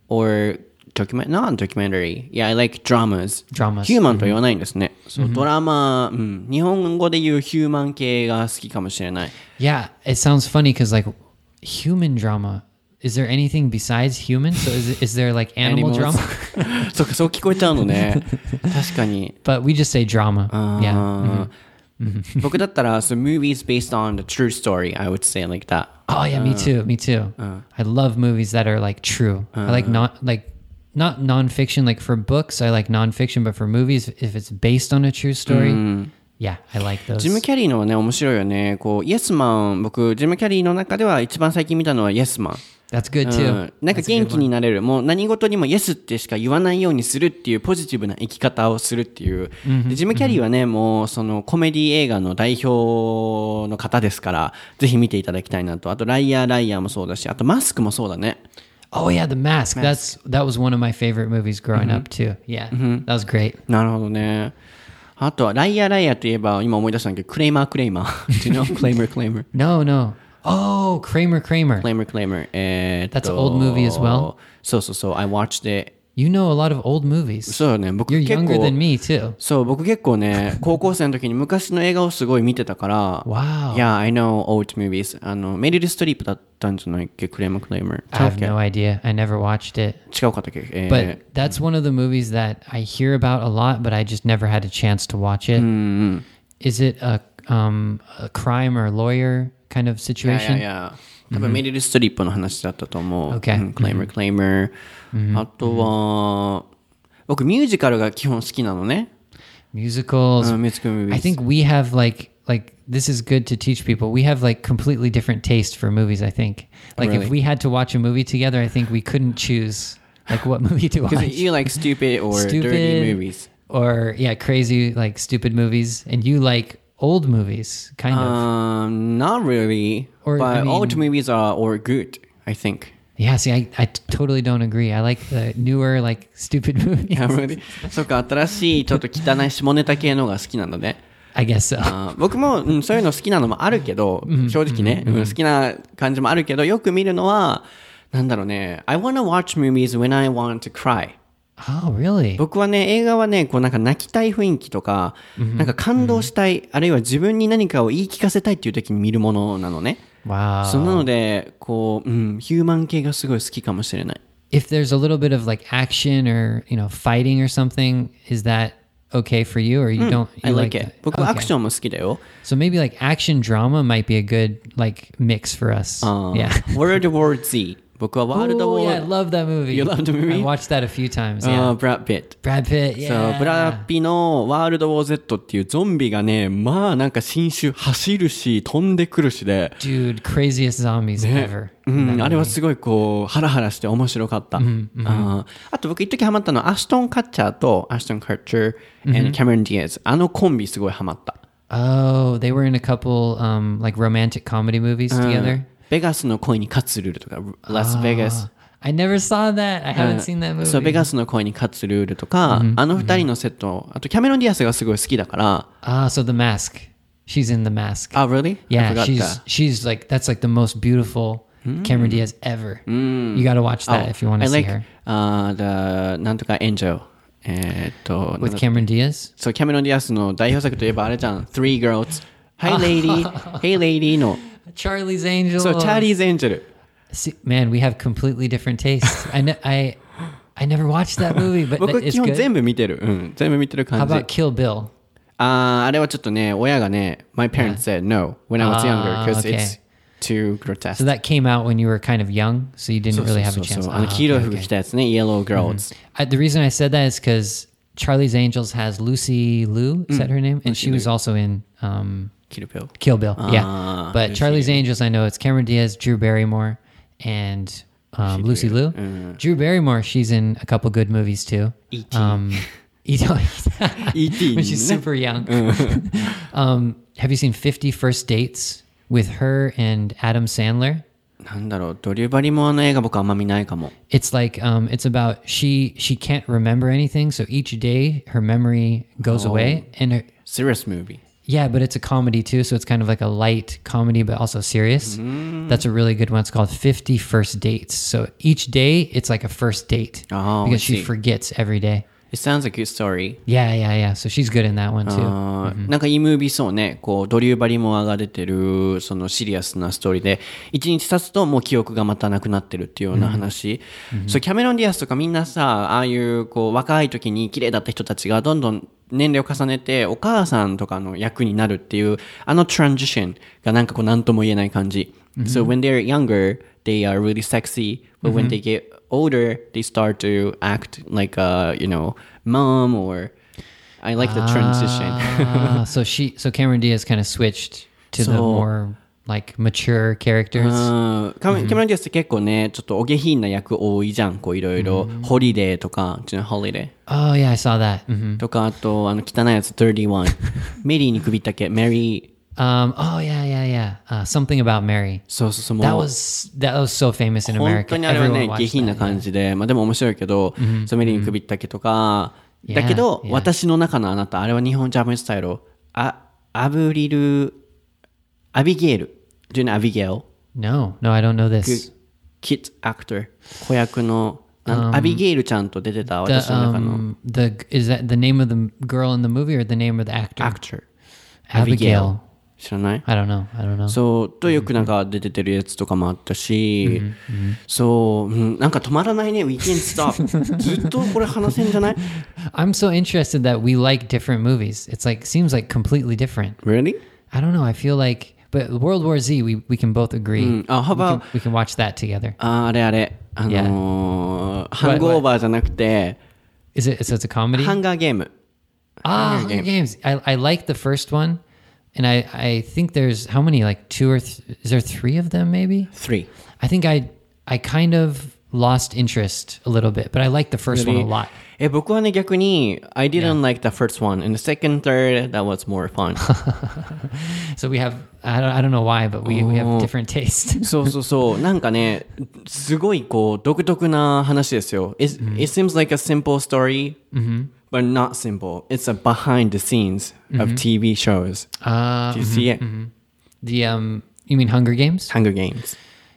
Speaker 1: or document not documentary yeah I like dramas
Speaker 2: Dramas
Speaker 1: ヒューマンとは言わないんですね、そうドラマ、うん、日本語で言うヒューマン系が好きかもしれない
Speaker 2: Yeah, it sounds funny cuz like human drama is there anything besides human? So is, is there like animal
Speaker 1: Animals.
Speaker 2: drama?
Speaker 1: そうかそう聞こえちゃうのね確かに
Speaker 2: But we just say drama. yeah. Mm-hmm.
Speaker 1: あー僕だったら、so movies based on the true story I would say like that
Speaker 2: Oh yeah, me too. Me too. I love movies that are like true. I like not like not nonfiction. Like for books, I like nonfiction, but for movies, if it's based on a true story, yeah, I like those.
Speaker 1: ジム・キャリーのはね面白いよねこうイエスマン僕ジム・キャリーの中では一番最近見たのはイエスマン
Speaker 2: That's good too.
Speaker 1: うんなんか
Speaker 2: That's a good
Speaker 1: 元気
Speaker 2: one.
Speaker 1: になれるもう何事にもイエスってしか言わないようにするっていうポジティブな生き方をするっていう、でジム・キャリーはね、もうそのコメディ映画の代表の方ですからぜひ見ていただきたいなとあと「ライアーライアー」もそうだしあと「マスク」もそうだね
Speaker 2: Oh yeah, The Mask. That's that was one of my favorite movies growing up too. Yeah, that was great.
Speaker 1: なるほどねあとは「ライアーライアー」といえば今思い出したんだけど「クレイマークレイマー」Do you know? クレイマークレイマー
Speaker 2: No, no. Oh, Kramer, Kramer.
Speaker 1: クレイマークレイマーえーっと
Speaker 2: That's an old movie as well.
Speaker 1: そうそうそう I watched it
Speaker 2: You know a lot of old movies.
Speaker 1: そうだね僕
Speaker 2: You're
Speaker 1: 結
Speaker 2: younger
Speaker 1: 構
Speaker 2: than me too.
Speaker 1: そう、僕結構 ね、高校生の時に昔の映画をすごい見てたから、
Speaker 2: Wow.
Speaker 1: Yeah, I know old movies. あの、メリル・ストリープだったんじゃないっけクレーム・クレーム。
Speaker 2: I have no idea. I never watched it.
Speaker 1: 違うかったっけえー
Speaker 2: But that's one of the movies that I hear about a lot, but I just never had a chance to watch it. Is
Speaker 1: Mm-hmm.
Speaker 2: it a um, a crime or lawyer kind of
Speaker 1: いやい
Speaker 2: situation?
Speaker 1: やいや。多分メリル・ストリップの話だったと思う。
Speaker 2: Okay.
Speaker 1: うんクレーム・クレーム。あとは、僕ミュージカルが基本好きなのね。
Speaker 2: Musicals.
Speaker 1: うんミュージカル・ムービー。
Speaker 2: I think we have like like this is good to teach people. We have like completely different taste for movies. I think like
Speaker 1: Oh, really?
Speaker 2: if we had to watch a movie together, I think we couldn't choose like what movie to watch.
Speaker 1: you like stupid or dirty movies.
Speaker 2: or yeah, crazy like stupid movies, and you like old movies kind of.
Speaker 1: Um, not really.
Speaker 2: Or,
Speaker 1: but
Speaker 2: I mean-
Speaker 1: old movies are or good, I think.
Speaker 2: Yeah, see, I, I t- totally don't agree. I like the newer, like, stupid movies.
Speaker 1: あんまりそっか、新しいちょっと汚い下ネタ系のが好きなんだね。
Speaker 2: I guess so.
Speaker 1: あー僕も、うん、そういうの好きなのもあるけど、正直ね、うん好きな感じもあるけど、よく見るのは、なんだろうね、I wanna watch movies when I want to cry.
Speaker 2: oh, really?
Speaker 1: 僕はね、映画はね、こうなんか泣きたい雰囲気とか、なんか感動したい、あるいは自分に何かを言い聞かせたいっていう時に見るものなのね。
Speaker 2: Wow.
Speaker 1: そうなのでこう、うん、ヒューマン系がすごい好きかもしれない
Speaker 2: if there's a little bit of like action or you know fighting or something, is that okay for you or you don't?
Speaker 1: Hmm,
Speaker 2: You
Speaker 1: I like it
Speaker 2: that?
Speaker 1: 僕はア
Speaker 2: Okay.
Speaker 1: クションも好きだよ、
Speaker 2: So maybe like action drama might be a good like mix for us.
Speaker 1: あ ー
Speaker 2: yeah.
Speaker 1: World War Z 僕はワールドウ
Speaker 2: Oh,
Speaker 1: ォ
Speaker 2: yeah,
Speaker 1: ー
Speaker 2: I love that movie.
Speaker 1: You love the movie? Oh.
Speaker 2: I watched that a few times.
Speaker 1: あ
Speaker 2: Yeah.
Speaker 1: ーブラッド・ピット
Speaker 2: Brad Pitt.
Speaker 1: そ
Speaker 2: Yeah.
Speaker 1: うブラッピのワールド・ウォー・ゼットっていうゾンビがねまあなんか新種走るし飛んでくるしで
Speaker 2: Dude, craziest zombies ever.
Speaker 1: うん、あれはすごいこうハラハラして面白かった、あーあと僕一時ハマったのはアシュトン・カッチャーとアシュトン・カッチャー and キャメロン・ディエズあのコンビすごいハマった、
Speaker 2: Oh, they were in a couple um like romantic comedy movies
Speaker 1: うん
Speaker 2: together. Ah,
Speaker 1: ベガスの恋に勝つルールとかラスベガス
Speaker 2: I never saw that. I
Speaker 1: Uh,
Speaker 2: haven't seen that movie.
Speaker 1: そうベガスの恋に勝つルールとか、あの二人のセットあとキャメロン・ディアスがすごい好きだから、
Speaker 2: Ah, so the mask. She's in the mask.
Speaker 1: あ、really? Ah, I
Speaker 2: yeah,
Speaker 1: forgot that. Hmm.
Speaker 2: she's she's like that's like the most beautiful Cameron Diaz ever. You got to watch that if you want to
Speaker 1: Oh, I
Speaker 2: see
Speaker 1: like,
Speaker 2: her
Speaker 1: あー the なんとかエンジェルえーっと
Speaker 2: with Cameron Diaz.
Speaker 1: そうキャメロン・ディアスの代表作といえばあれじゃん「Three Girls」「Hi Lady」「Hey Lady」の
Speaker 2: Charlie's Angel.
Speaker 1: そう「チャーリーズ・エンジェル
Speaker 2: See, man, we have completely different tastes. I ne- I I never watched that movie, but」that-
Speaker 1: 僕
Speaker 2: it's
Speaker 1: 基本
Speaker 2: good.
Speaker 1: 全部見てる、うん、全部見てる
Speaker 2: How
Speaker 1: 感じ
Speaker 2: about
Speaker 1: あ
Speaker 2: Kill Bill?
Speaker 1: あーあれはちょっとね親がね「My parents said no when I was younger
Speaker 2: あ
Speaker 1: because
Speaker 2: ー
Speaker 1: it's too grotesque
Speaker 2: So」that came out when you were kind of young, so you didn't
Speaker 1: そうそ
Speaker 2: really have a
Speaker 1: うそう
Speaker 2: chance.
Speaker 1: そうあの
Speaker 2: Ah,
Speaker 1: 黄色い
Speaker 2: okay,
Speaker 1: 服
Speaker 2: okay.
Speaker 1: 着たやつね「Yellow Girls
Speaker 2: I, the reason I said that is because Charlie's Angels has Lucy Liu. Is that her name? And she was also in um,」
Speaker 1: キルピョ
Speaker 2: Kill Bill.
Speaker 1: Ah,
Speaker 2: yeah. But Charlie's Angels, I know it's Cameron Diaz, Drew Barrymore, and um, Lucy Liu. Drew Barrymore, she's in a couple good movies too.
Speaker 1: E.T.
Speaker 2: Um, E.T.
Speaker 1: E.T.
Speaker 2: when she's super young. um, have you seen 50 First Dates with her and Adam Sandler?
Speaker 1: なんだろうドリュー・バリモアの映画僕あんま見ないかも
Speaker 2: It's like um, it's about she she can't remember anything, so each day her memory goes
Speaker 1: Oh.
Speaker 2: away, and her,
Speaker 1: Serious movie
Speaker 2: Yeah, but it's a comedy too, so it's kind of like a light comedy, but also serious.
Speaker 1: Mm-hmm.
Speaker 2: That's a really good one. It's called 50 First Dates. So each day, it's like a first date
Speaker 1: Oh, I
Speaker 2: because
Speaker 1: see.
Speaker 2: she forgets every day.
Speaker 1: It sounds like a good story
Speaker 2: Yeah, yeah, yeah. So she's good in that one too.
Speaker 1: あーなんかいいムービーそうねこうドリュー・バリモアが出てるそのシリアスなストーリーで一日経つともう記憶がまたなくなってるっていうような話、そうキャメロン・ディアスとかみんなさああいうこう若い時に綺麗だった人たちがどんどん年齢を重ねてお母さんとかの役になるっていうあのトランジションがなんかこう何とも言えない感じ、So when they're younger they are really sexy but when they get older they start to act like a you know mom or I like the transition
Speaker 2: Ah, so she, so Cameron Diaz kind of switched to
Speaker 1: So-
Speaker 2: the
Speaker 1: Uh.
Speaker 2: more like mature characters.
Speaker 1: うんカメキャメロン・ディアスって結構ね、ちょっとお下品な役多いじゃん、こういろいろ。ホリデーとか、ちなホリデ
Speaker 2: oh yeah, I saw that.
Speaker 1: ー
Speaker 2: hmm
Speaker 1: とか、あと、あの、汚いやつ、31。メリーに首ったけ、メリー。
Speaker 2: Um, oh yeah, yeah, yeah. Uh, something about Mary.
Speaker 1: そうそうそう、
Speaker 2: That
Speaker 1: もう。
Speaker 2: was that was so famous in
Speaker 1: 本
Speaker 2: America.
Speaker 1: 当にあれはね
Speaker 2: Everyone、watched
Speaker 1: 下品な
Speaker 2: that.
Speaker 1: 感じで、まあでも面白いけど、そうメリーに首ったけとか、
Speaker 2: Yeah
Speaker 1: だけど、
Speaker 2: Yeah
Speaker 1: 私の中のあなた、あれは日本ジャパンスタイル、あアブリル、アビゲール。Do you know アビゲール
Speaker 2: No, no, I don't know this.
Speaker 1: キッズアクター。子役の、なんアビゲールちゃんと出てた、私
Speaker 2: the
Speaker 1: の中の。
Speaker 2: um the is that the name of the girl in the movie or the name of the actor?
Speaker 1: actor
Speaker 2: Abigail.
Speaker 1: 知らない
Speaker 2: I don't know. I don't know.
Speaker 1: そうとよくなんか出ててるやつとかもあったし、そう、うん、なんか止まらないね We can stop ずっとこれ話せんじゃない
Speaker 2: I'm so interested that we like different movies. It's like seems like completely different.
Speaker 1: Really?
Speaker 2: I don't know. I feel like but World War Z we, we can both agree.
Speaker 1: あ how about
Speaker 2: We can watch that together.
Speaker 1: ああれあれあのーハングオーバーじゃなくて
Speaker 2: Is it so it's a comedy?
Speaker 1: ハンガーゲーム
Speaker 2: ah, Hunger Games. I, I like the first one. And I, I think there's how many like two or th- is there three of them maybe?
Speaker 1: 3
Speaker 2: I think I I kind of lost interest a little bit, but I like the first one a lot.
Speaker 1: え僕はね逆に I didn't like the first one and the second third that was more fun
Speaker 2: So we have I don't I don't know why, but we, we have different tastes.
Speaker 1: そうそうそう。なんかね、すごいこう、独特な話ですよ。It, it seems like a simple story,、but not simple. It's a behind the scenes of TV shows. Do you see it?
Speaker 2: Uh, the um you mean Hunger Games?
Speaker 1: Hunger Games.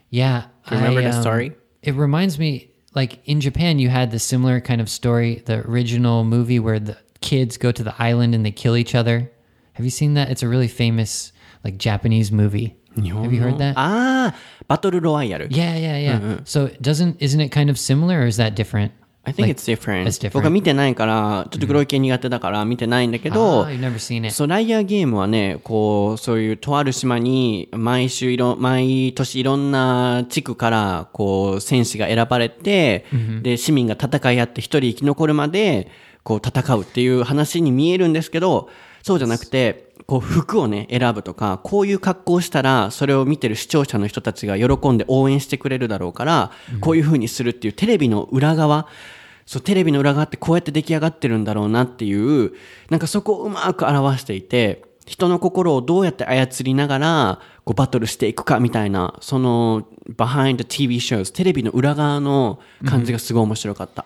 Speaker 2: Yeah.
Speaker 1: you remember
Speaker 2: I,
Speaker 1: the
Speaker 2: um,
Speaker 1: story?
Speaker 2: It reminds me like in Japan you had the similar kind of story, the original movie where the kids go to the island and they kill each other. Have you seen that? It's a really famous like Japanese movie. Have you heard that?
Speaker 1: ああ、バトルロワイヤル。
Speaker 2: Yeah, yeah, yeah.
Speaker 1: Mm-hmm.
Speaker 2: So doesn't isn't it kind of similar, or is that different?
Speaker 1: I think it's different.
Speaker 2: it's different.
Speaker 1: 僕は見てないから、ちょっと黒い系苦手だから見てないんだけど、
Speaker 2: Ah, you've never seen it.
Speaker 1: そう、ライアーゲームはね、こう、そういうとある島に、毎週いろ、毎年いろんな地区から、こう、戦士が選ばれて、で、市民が戦い合って一人生き残るまで、こう、戦うっていう話に見えるんですけど、そうじゃなくて、こう、服をね、選ぶとか、こういう格好をしたら、それを見てる視聴者の人たちが喜んで応援してくれるだろうから、こういう風にするっていうテレビの裏側、そうテレビの裏側ってこうやって出来上がってるんだろうなっていうなんかそこをうまく表していて人の心をどうやって操りながらこうバトルしていくかみたいなその behind the TV shows テレビの裏側の感じがすごい面白かった、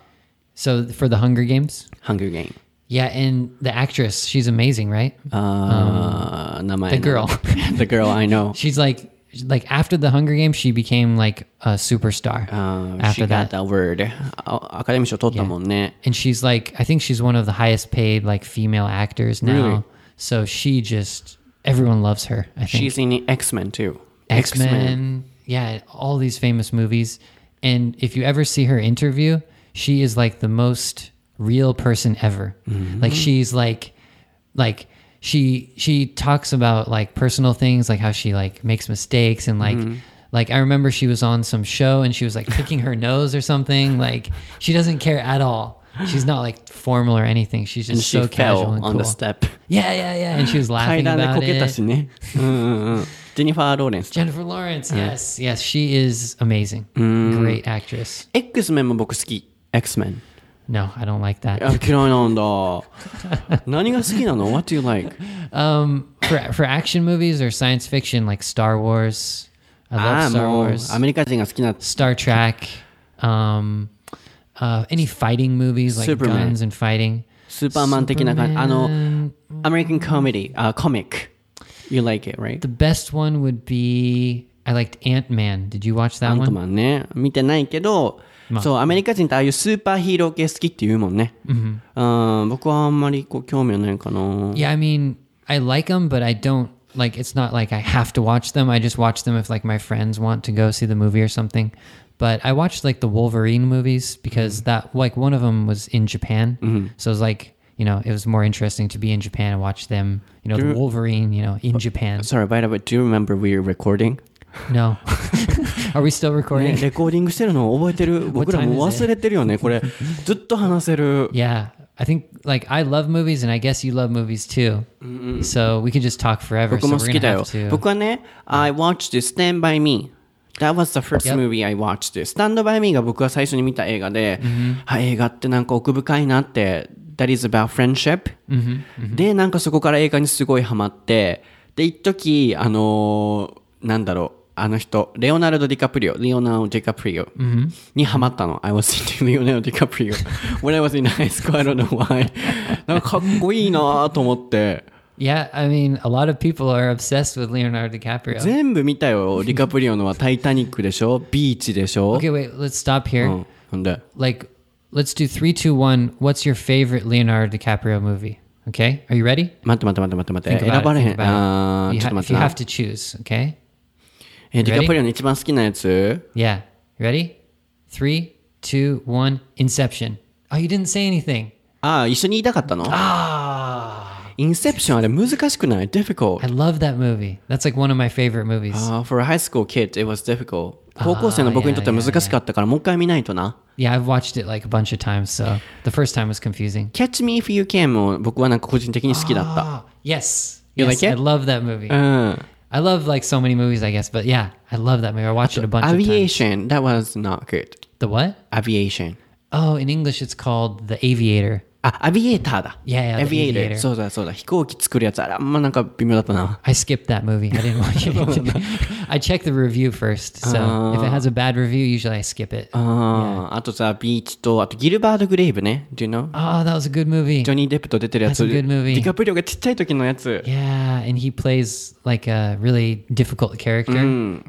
Speaker 2: So for the Hunger Games,
Speaker 1: ハングルゲイム
Speaker 2: yeah, and the actress, she's amazing, right?
Speaker 1: Oh. あー、名前
Speaker 2: The girl.
Speaker 1: The girl I know
Speaker 2: She's like like after the Hunger Games, she became like a superstar
Speaker 1: あー
Speaker 2: after
Speaker 1: Oh, She got
Speaker 2: that.
Speaker 1: that word あアカデミー賞取ったもんね、
Speaker 2: and she's like I think she's one of the highest paid like female actors now.
Speaker 1: Really?
Speaker 2: So she just everyone loves her. I think
Speaker 1: She's in the X-Men too
Speaker 2: X Men, yeah, all these famous movies. And if you ever see her interview, she is like the most real person ever.
Speaker 1: Mm-hmm.
Speaker 2: Like she's like, like she she talks about like personal things, like how she like makes mistakes and like.
Speaker 1: Mm-hmm.
Speaker 2: Like I remember she was on some show and she was like picking her nose or something. Like she doesn't care at all. She's not like formal or anything. She's just
Speaker 1: And she
Speaker 2: so casual
Speaker 1: fell
Speaker 2: and
Speaker 1: on the
Speaker 2: cool.
Speaker 1: step
Speaker 2: Yeah, yeah, yeah. And she was
Speaker 1: 階
Speaker 2: laughing
Speaker 1: 段でこ
Speaker 2: about
Speaker 1: けた
Speaker 2: it.
Speaker 1: しねうんうん うんジェニファー・ローレンス
Speaker 2: Jennifer Lawrence. Yes, yes, she is amazing. Great actress.
Speaker 1: X メンも僕好き。X メン。
Speaker 2: No, I don't like that.
Speaker 1: あ嫌いなんだ。何が好きなの ?What do you like?
Speaker 2: Um, for for action movies or science fiction like Star Wars, I
Speaker 1: ああ、
Speaker 2: love Star
Speaker 1: もう
Speaker 2: Wars.
Speaker 1: アメリカ人が好きな。
Speaker 2: Star Trek, um, uh, any fighting movies like
Speaker 1: Superman.
Speaker 2: guns and fighting.
Speaker 1: スーパーマン的な感じ。あの、
Speaker 2: Superman.
Speaker 1: American comedy、あ、comic。You like it, right?
Speaker 2: the best one would be I liked Ant Man. Did you watch that
Speaker 1: アント
Speaker 2: one?
Speaker 1: マンね。見てないけど、そう、アメリカ人ってああいうスーパーヒーロー系好きって言うもんね。うん、僕はあんまりこう興味はないかな。
Speaker 2: Yeah, I mean, I like them, but I don't like. It's not like I have to watch them. I just watch them if like my friends want to go see the movie or something. But I watched like the Wolverine movies because that like one of them was in Japan, so it was like you know it was more interesting to be in Japan and watch them. You know, the Wolverine. You know, in Japan.
Speaker 1: Sorry, by the way, do you remember we were recording?
Speaker 2: No, are we still recording?
Speaker 1: ねレコーディングしてるの覚えてる僕らもう
Speaker 2: time is it?
Speaker 1: 忘れてるよね。これ、ずっと話せる。
Speaker 2: Yeah, I think like I love movies, and I guess you love movies too. So we could just talk forever.
Speaker 1: 僕
Speaker 2: So
Speaker 1: も
Speaker 2: we're
Speaker 1: 好きだ
Speaker 2: gonna
Speaker 1: よ
Speaker 2: have。to.
Speaker 1: 僕はね、I watched Stand By Me. That was the first
Speaker 2: Yep.
Speaker 1: movie I watched. Stand By Me が僕が最初に見た映画で、あ映画ってなんか奥深いなって、That is about friendship. で、なんかそこから映画にすごいハマって、で、一時あのーなんだろう。あの人、レオナルド・ディカプリオ、レオナルド・ディカプリオにハマったの。I was into Leonardo DiCaprio when I was in high school, I don't know why. なんかかっこいいなと思って。
Speaker 2: Yeah, I mean, a lot of people are obsessed with Leonardo DiCaprio.
Speaker 1: 全部見たよ。リカプリオのは「タイタニック」でしょ「ビーチ」でしょ、
Speaker 2: Okay, wait, let's stop here.
Speaker 1: うん、ほんで
Speaker 2: Like, let's do three, two, one. What's your favorite Leonardo DiCaprio movie? Okay, are you ready?
Speaker 1: 待って待って待って待って
Speaker 2: Think
Speaker 1: 待って
Speaker 2: about
Speaker 1: 選ば
Speaker 2: it.
Speaker 1: れへ
Speaker 2: Think
Speaker 1: んあ
Speaker 2: about
Speaker 1: ー
Speaker 2: it. You
Speaker 1: ちょっ
Speaker 2: ha-
Speaker 1: と
Speaker 2: if
Speaker 1: 待っ
Speaker 2: you
Speaker 1: てな
Speaker 2: have to choose, okay?
Speaker 1: えリ
Speaker 2: ready?
Speaker 1: カプリオの一番好きなやつ
Speaker 2: Yeah, you ready? Three, two, one. Inception. Oh, you didn't say anything.
Speaker 1: ああ一緒に言いたかったの
Speaker 2: Ah,
Speaker 1: インセプションあれ難しくない
Speaker 2: I
Speaker 1: difficult
Speaker 2: love that movie. That's like one of my favorite movies.
Speaker 1: あー for a high school kid it was difficult 高校生の僕にとっては難しかったからもう一回見ないとな
Speaker 2: Yeah, I've watched it like a bunch of times, so the first time was confusing.
Speaker 1: Catch Me If You Can も僕はなんか個人的に好きだった
Speaker 2: Ah, yes.
Speaker 1: You
Speaker 2: yes,
Speaker 1: like it?
Speaker 2: I love that movie.
Speaker 1: うん
Speaker 2: I love like so many movies, I guess, but yeah, I love that movie. I watched it a bunch of times.
Speaker 1: Aviation that was not good
Speaker 2: The what?
Speaker 1: Aviation
Speaker 2: Oh, in English, it's called The Aviator.
Speaker 1: あ、アビエーターだ。
Speaker 2: いやいや
Speaker 1: アビエータ
Speaker 2: アビエー
Speaker 1: ー。
Speaker 2: ター
Speaker 1: そうだそうだ。飛行機作るやつ、あら、あんまなんか微妙だったな。
Speaker 2: I skipped that movie. I didn't watch it. I checked the review first, so if it has a bad review, usually I skip it.
Speaker 1: あーあとさ、ビーチと、あとギルバード・グレイブね。Do you know?
Speaker 2: oh, that was a good movie.
Speaker 1: ジョニー・デップと出てるやつ。
Speaker 2: That's a
Speaker 1: デ
Speaker 2: good movie.
Speaker 1: ィカプリオがちっちゃい時のやつ。
Speaker 2: Yeah, and he plays like a really difficult character.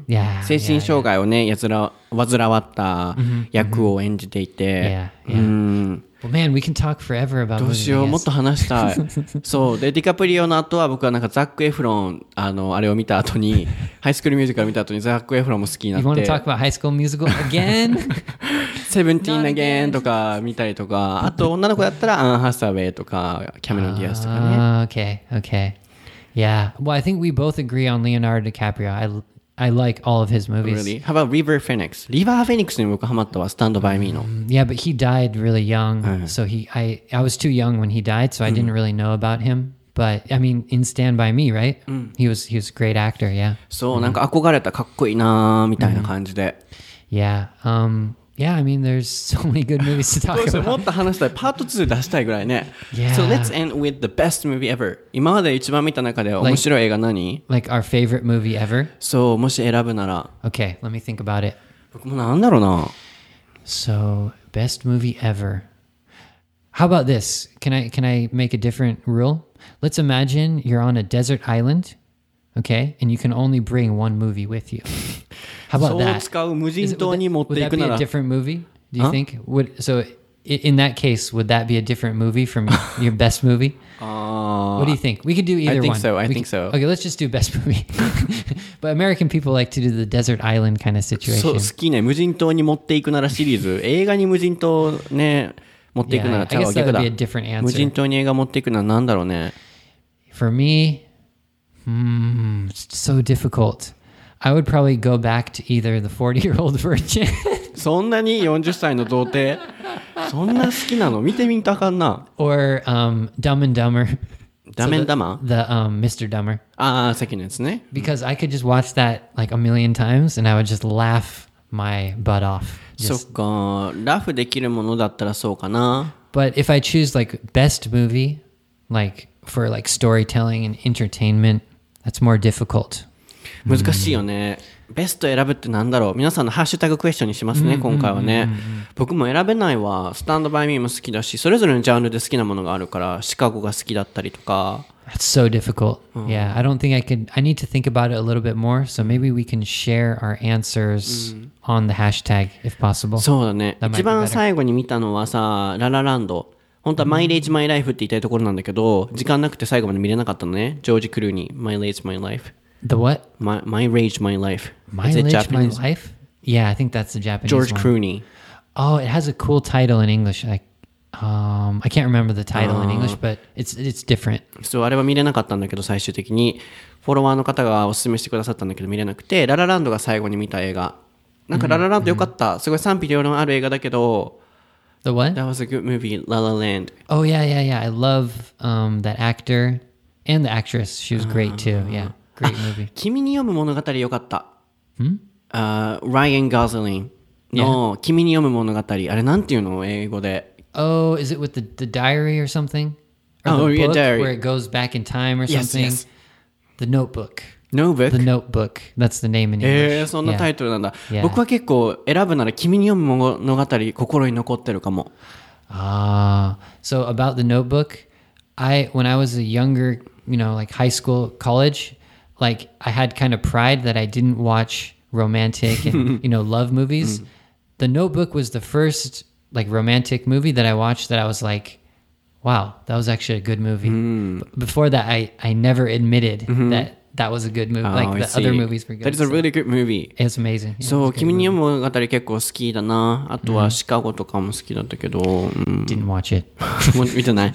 Speaker 2: Yeah,
Speaker 1: 精
Speaker 2: yeah,
Speaker 1: 神障害をね、やつら、煩わった役を演じてい
Speaker 2: yeah,
Speaker 1: て。
Speaker 2: yeah.
Speaker 1: うん。
Speaker 2: Well, man, we can talk forever about
Speaker 1: どう
Speaker 2: movies.
Speaker 1: しよ
Speaker 2: I
Speaker 1: う、もっ
Speaker 2: guess.
Speaker 1: と話した い。そう。で、ディカプリオの後は僕はなんかザック・エフロン、あの、あれを見た後 に、ハイスクールミュージカル見た後にザック・エフロンも好きに
Speaker 2: You
Speaker 1: なっ
Speaker 2: want to
Speaker 1: て、
Speaker 2: talk about High School Musical again?
Speaker 1: セブンティーン・アゲンとか見たりとか、あと女の子だったらアン・ハサウェイとか、キャメロン・ディアスとかね。
Speaker 2: Ah, okay, okay. Yeah. Well, I think we both agree on Leonardo DiCaprio. I, I like all of his movies.
Speaker 1: Really? How about River Phoenix? リバー・フェニックスに僕ハマったわ、スタンド・バイ・ミーの。
Speaker 2: Mm, Yeah, but he died really young. So he I I was too young when he died, so I didn't really know about him. But I mean, in Stand by Me, right? He was he was a great actor, yeah.
Speaker 1: そう、なんか憧れた、かっこいいなーみたいな感じで。
Speaker 2: Yeah. Um yeah, I mean there's so many good movies to
Speaker 1: そ
Speaker 2: talk
Speaker 1: うそう
Speaker 2: about.
Speaker 1: もっと話したい。パート2出したいぐらいね。
Speaker 2: Yeah.
Speaker 1: So let's end with the best movie ever. 今まで一番見た中で面白い映画何
Speaker 2: Like our favorite movie ever.
Speaker 1: そう、もし選ぶなら。
Speaker 2: Okay, let me think about it.
Speaker 1: 僕もなんだろうな。
Speaker 2: So, best movie ever. How about this? Can I can I make a different rule? Let's imagine you're on a desert island, okay, and you can only bring one movie with you. How about
Speaker 1: そう
Speaker 2: that?
Speaker 1: 使う無
Speaker 2: Is
Speaker 1: 人
Speaker 2: it- would,
Speaker 1: 島に
Speaker 2: that,
Speaker 1: 持
Speaker 2: would
Speaker 1: ってい
Speaker 2: that
Speaker 1: く
Speaker 2: be
Speaker 1: な
Speaker 2: a
Speaker 1: ら。
Speaker 2: different movie? Do you think? Would so i- in that case, would that be a different movie from your best movie? what do you think? We could do either
Speaker 1: think
Speaker 2: one.
Speaker 1: so, Uh, I
Speaker 2: We
Speaker 1: think
Speaker 2: could-
Speaker 1: so.
Speaker 2: Okay, let's just do best movie. but American people like to do the desert island kind of
Speaker 1: そう、
Speaker 2: situation.
Speaker 1: 好きね。無人島に持っていくならシリーズ。映画に無人島ね、持っていくな
Speaker 2: Yeah,
Speaker 1: ら
Speaker 2: I
Speaker 1: ちゃうわ
Speaker 2: guess that
Speaker 1: 逆
Speaker 2: would
Speaker 1: だ
Speaker 2: be a。different
Speaker 1: 無
Speaker 2: answer.
Speaker 1: 人島に映画持っていくならなんだろうね。
Speaker 2: For me, hmm, it's so difficult. I would probably go back to either the 40 year old virgin.
Speaker 1: そんなに40歳の童貞。そんな好きなの見てみたらあかんな。
Speaker 2: or um, Dumb and Dumber,
Speaker 1: ダメンダマン
Speaker 2: the um, Mr. Dumber,
Speaker 1: ああ、さっきのやつね。
Speaker 2: because I could just watch that like a million times and I would just laugh my butt off.
Speaker 1: そ
Speaker 2: Just,
Speaker 1: っか。ラフできるものだったらそうかな。
Speaker 2: but if I choose like best movie, like for like storytelling and entertainment, that's more difficult.
Speaker 1: 難しいよね、ベスト選ぶってなんだろう皆さんのハッシュタグクエスチョンにしますね、今回はね、僕も選べないわスタンドバイミーも好きだしそれぞれのジャンルで好きなものがあるからシカゴが好きだったりとか
Speaker 2: That's so difficult. Yeah, I don't think I could. I need to think about it a little bit more. So maybe we can share our answers on the hashtag if possible.
Speaker 1: そうだね
Speaker 2: That might be
Speaker 1: 一番
Speaker 2: better
Speaker 1: 最後に見たのはさララランド本当はマイレージマイライフって言いたいところなんだけど時間なくて最後まで見れなかったのねジョージ・クルーニーマイレージマイライフ
Speaker 2: the what?
Speaker 1: マイレージマイライフ
Speaker 2: My Lich, my life. Yeah, I think that's the Japanese
Speaker 1: ジョージ・
Speaker 2: one.
Speaker 1: クルーニー
Speaker 2: Oh, it has a cool title in English. Like, um, I can't remember the title in English, but it's it's different.
Speaker 1: そうあれは見れなかったんだけど最終的にフォロワーの方がおすすめしてくださったんだけど見れなくてララランドが最後に見た映画なんかララランド良かった、すごい賛否両論ある映画だけど
Speaker 2: The what?
Speaker 1: That was a good movie La La Land
Speaker 2: Oh yeah, yeah, yeah. I love um, that actor and the actress. She was great too. Yeah, great movie.
Speaker 1: 君に読む物語良かったあーライアン・ガズリンの君に読む物語あれなんていうの英語で
Speaker 2: Oh, is it with the, the diary or something? Or
Speaker 1: Oh,
Speaker 2: the
Speaker 1: yeah,
Speaker 2: book
Speaker 1: diary.
Speaker 2: Where it goes back in time or
Speaker 1: Yes,
Speaker 2: something?
Speaker 1: yes.
Speaker 2: The Notebook. The
Speaker 1: Notebook
Speaker 2: Notebook. That's the name in English.
Speaker 1: えー、そんな
Speaker 2: Yeah.
Speaker 1: タイトルなんだ、
Speaker 2: Yeah.
Speaker 1: 僕は結構選ぶなら君に読む物語心に残ってるかも
Speaker 2: Ah, so about the Notebook, I when I was a younger, you know, like high school, college, like I had kind of pride that I didn't watch romantic and you know love movies.
Speaker 1: Mm.
Speaker 2: The Notebook was the first like romantic movie that I watched that I was like, wow, that was actually a good movie.
Speaker 1: Mm.
Speaker 2: But before that, I I never admitted that that was a good movie.
Speaker 1: Mm-hmm. Oh, I
Speaker 2: like the
Speaker 1: see.
Speaker 2: other movies were good.
Speaker 1: That is a
Speaker 2: so
Speaker 1: really good movie
Speaker 2: it was amazing. Yeah,
Speaker 1: そう、
Speaker 2: it was good.
Speaker 1: 君に読む物語結構好きだな。あとはシカゴとかも好きだったけど、うん、
Speaker 2: didn't watch it.
Speaker 1: もう見て ない。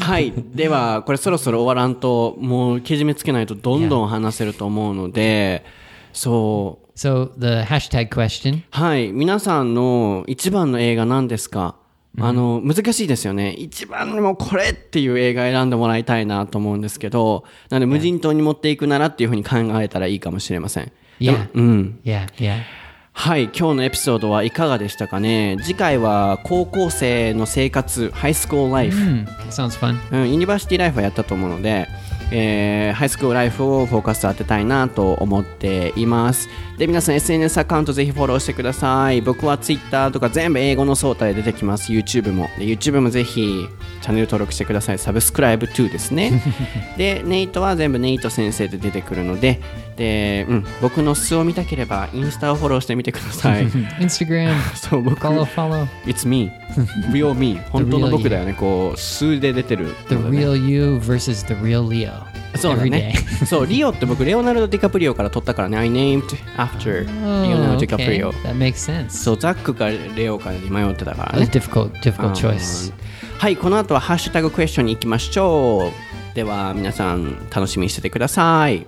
Speaker 1: はい。では、これそろそろ終わらんと、もうけじめつけないとどんどん話せると思うので、そう。
Speaker 2: So the hashtag question.
Speaker 1: はい。皆さんの一番の映画何ですか、あの、難しいですよね。一番でもこれっていう映画選んでもらいたいなと思うんですけど、なので無人島に持っていくならっていうふうに考えたらいいかもしれません。でも
Speaker 2: Yeah.
Speaker 1: うん。
Speaker 2: Yeah, yeah.
Speaker 1: はい今日のエピソードはいかがでしたかね次回は高校生の生活ハイスクールライフ、
Speaker 2: Hmm, sounds fun.
Speaker 1: うん、ユニバーシティライフはやったと思うので、えーハイスクールライフをフォーカス当てたいなと思っていますで皆さん SNS アカウントぜひフォローしてください僕は Twitter とか全部英語の相対で出てきます YouTube もで YouTube もぜひチャンネル登録してくださいサブスクライブ2ですねでネイトは全部ネイト先生で出てくるのでで、うん、僕の素を見たければインスタをフォローしてみてくださ い
Speaker 2: Instagram,
Speaker 1: そう僕
Speaker 2: follow, follow.
Speaker 1: It's me real me 本当の僕だよねこう素で出てる
Speaker 2: The
Speaker 1: のだね
Speaker 2: real you versus the real Leo.
Speaker 1: そうだ
Speaker 2: every
Speaker 1: ね
Speaker 2: day.
Speaker 1: そうリオって僕レオナルド・ディカプリオから取ったからね I named after レオ
Speaker 2: Oh,
Speaker 1: ナルド・ディカプ
Speaker 2: okay.
Speaker 1: リオ
Speaker 2: That makes sense.
Speaker 1: そうザックかレオかに迷ってたから
Speaker 2: That was
Speaker 1: ね
Speaker 2: difficult, difficult
Speaker 1: う
Speaker 2: choice.
Speaker 1: んはいこの後はハッシュタグクエスチョンに行きましょうでは皆さん楽しみにしててください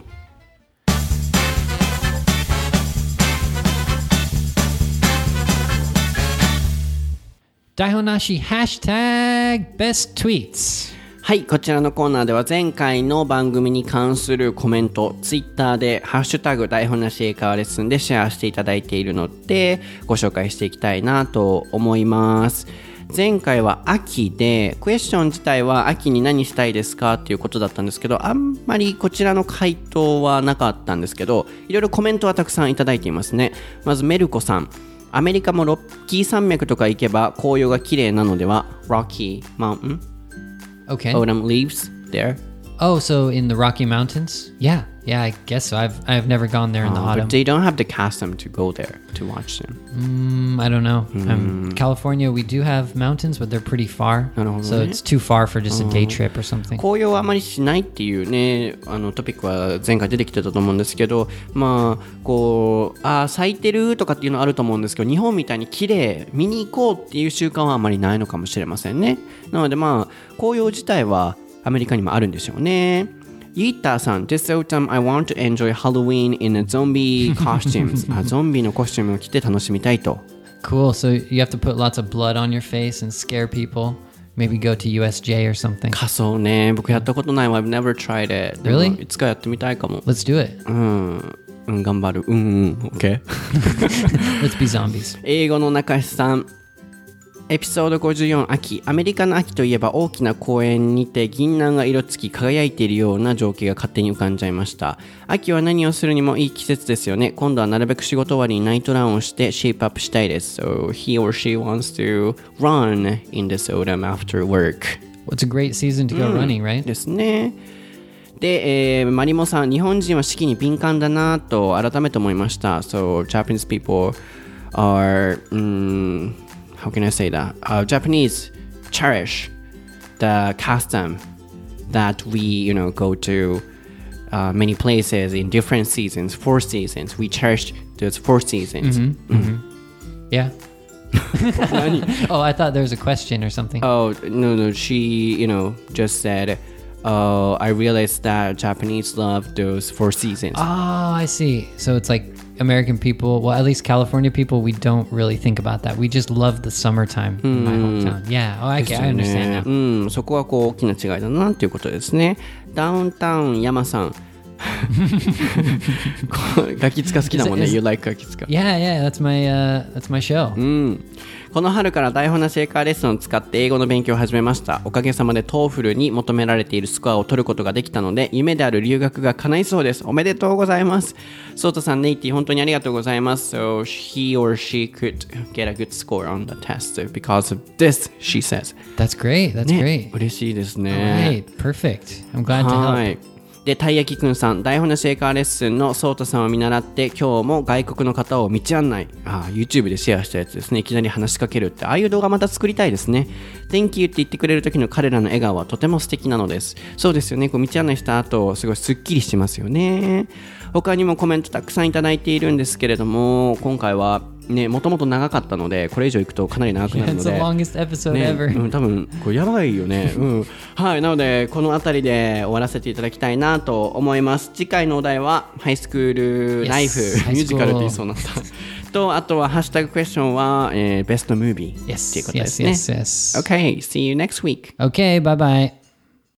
Speaker 2: Daihonashi hashtag best tweets.
Speaker 1: はいこちらのコーナーでは前回の番組に関するコメントツイッターで「ハッシュタグ台本なし英会話レッスン」でシェアしていただいているのでご紹介していきたいなと思います前回は秋でクエスチョン自体は秋に何したいですかっていうことだったんですけどあんまりこちらの回答はなかったんですけどいろいろコメントはたくさんいただいていますねまずメルコさんアメリカもロッキー山脈とか行けば紅葉が綺麗なのではロッキーマウン
Speaker 2: Okay. Oh,
Speaker 1: autumn leaves there.
Speaker 2: so in the Rocky Mountains? Yeah, yeah, I guess so. I've I've never gone there in the
Speaker 1: Uh,
Speaker 2: autumn.
Speaker 1: but they don't have the custom to go there to watch them.
Speaker 2: Mm, I don't know. Um, California, we do have mountains, but they're pretty far,
Speaker 1: Hmm. don't Oh.
Speaker 2: so
Speaker 1: really.
Speaker 2: it's too far for just a day trip or something.
Speaker 1: 紅葉はあまりしないっていうねあのトピックは前回出てきてたと思うんですけどまあこうあー咲いてるとかっていうのはあると思うんですけど日本みたいに綺麗見に行こうっていう習慣はあまりないのかもしれませんねなのでまあ紅葉自体はアメリカにもあるんでしょうねイーターさん This autumn I want to enjoy Halloween in a zombie costumes あゾンビのコスチュームを着て楽しみたいと
Speaker 2: Cool. So you have to put lots of blood on your face and scare people. Maybe go to USJ or something.
Speaker 1: 仮想ね僕やったことないわ I've never tried it でも
Speaker 2: Really？
Speaker 1: いつかやってみたいかも
Speaker 2: Let's do it.
Speaker 1: うん、うん、頑張るうんうん OK
Speaker 2: Let's be zombies.
Speaker 1: 英語の中志さんエピソード54秋アメリカの秋といえば大きな公園にて銀杏が色つき輝いているような情景が勝手に浮かんじゃいました秋は何をするにもいい季節ですよね今度はなるべく仕事終わりにナイトランをしてシェイプアップしたいです So he or she wants to run in this autumn after work
Speaker 2: Well, it's a great season to go running, right?
Speaker 1: ですね。で、えーマリモさん、日本人は四季に敏感だなと改めて思いました。So, Japanese people are,、mm, how can I say that?、Uh, Japanese cherish the custom that we, you know, go to uh, many places in different seasons, four seasons. We cherish those four seasons.、
Speaker 2: Yeah. oh, I thought there was a question or something.
Speaker 1: Oh no no she you know just said oh I realized that Japanese love those four seasons.
Speaker 2: Ah, I see. So it's like American people, well, at least California people, we don't really think about that. We just love the summertime in my hometown. Yeah. Oh, I, get- I
Speaker 1: ね
Speaker 2: understand
Speaker 1: う
Speaker 2: now.
Speaker 1: ん、そこはこう大きな違いだなっていうことですね。ダウンタウン山さん。こ うガキツカ好きだもんね。
Speaker 2: Is it-
Speaker 1: You
Speaker 2: is-
Speaker 1: like ガキツカ。
Speaker 2: Yeah, yeah. That's my uh, that's my show.
Speaker 1: うん、この春から台本なシェイカーレッスンを使って英語の勉強を始めましたおかげさまで TOEFL に求められているスコアを取ることができたので夢である留学が叶いそうですおめでとうございますソータさんネイティ本当にありがとうございます So he or she could get a good score on the test because of this she says
Speaker 2: That's great. That's
Speaker 1: ね
Speaker 2: great.
Speaker 1: 嬉しいです
Speaker 2: All
Speaker 1: ね
Speaker 2: right. Perfect. I'm glad to
Speaker 1: は
Speaker 2: help.
Speaker 1: い。で、たい焼きくんさん、台本のシェイカーレッスンのソータさんを見習って、今日も外国の方を道案内、あー YouTube でシェアしたやつですね、いきなり話しかけるって、ああいう動画また作りたいですね。Thank you って言ってくれる時の彼らの笑顔はとても素敵なのです。そうですよね、こう道案内した後、すごいスッキリしてますよね。他にもコメントたくさんいただいているんですけれども、今回は、ね、もともと長かったので、これ以上いくとかなり長くなる
Speaker 2: That's
Speaker 1: ので。
Speaker 2: the longest episode
Speaker 1: ね
Speaker 2: ever.
Speaker 1: うん、多分これやばいよ ね、うん、はいなのでこの辺りで終わらせていただきたいなと思います次回のお題はハイスクールライフ
Speaker 2: Yes
Speaker 1: ミュージカルって言
Speaker 2: high school
Speaker 1: いそうになった とあとはハッシュタグクエスチョンは、えーベストムービーっていう
Speaker 2: Yes.
Speaker 1: ことです
Speaker 2: Yes.
Speaker 1: ね
Speaker 2: Yes. Yes.
Speaker 1: OK see you next week
Speaker 2: Okay. Bye. Bye.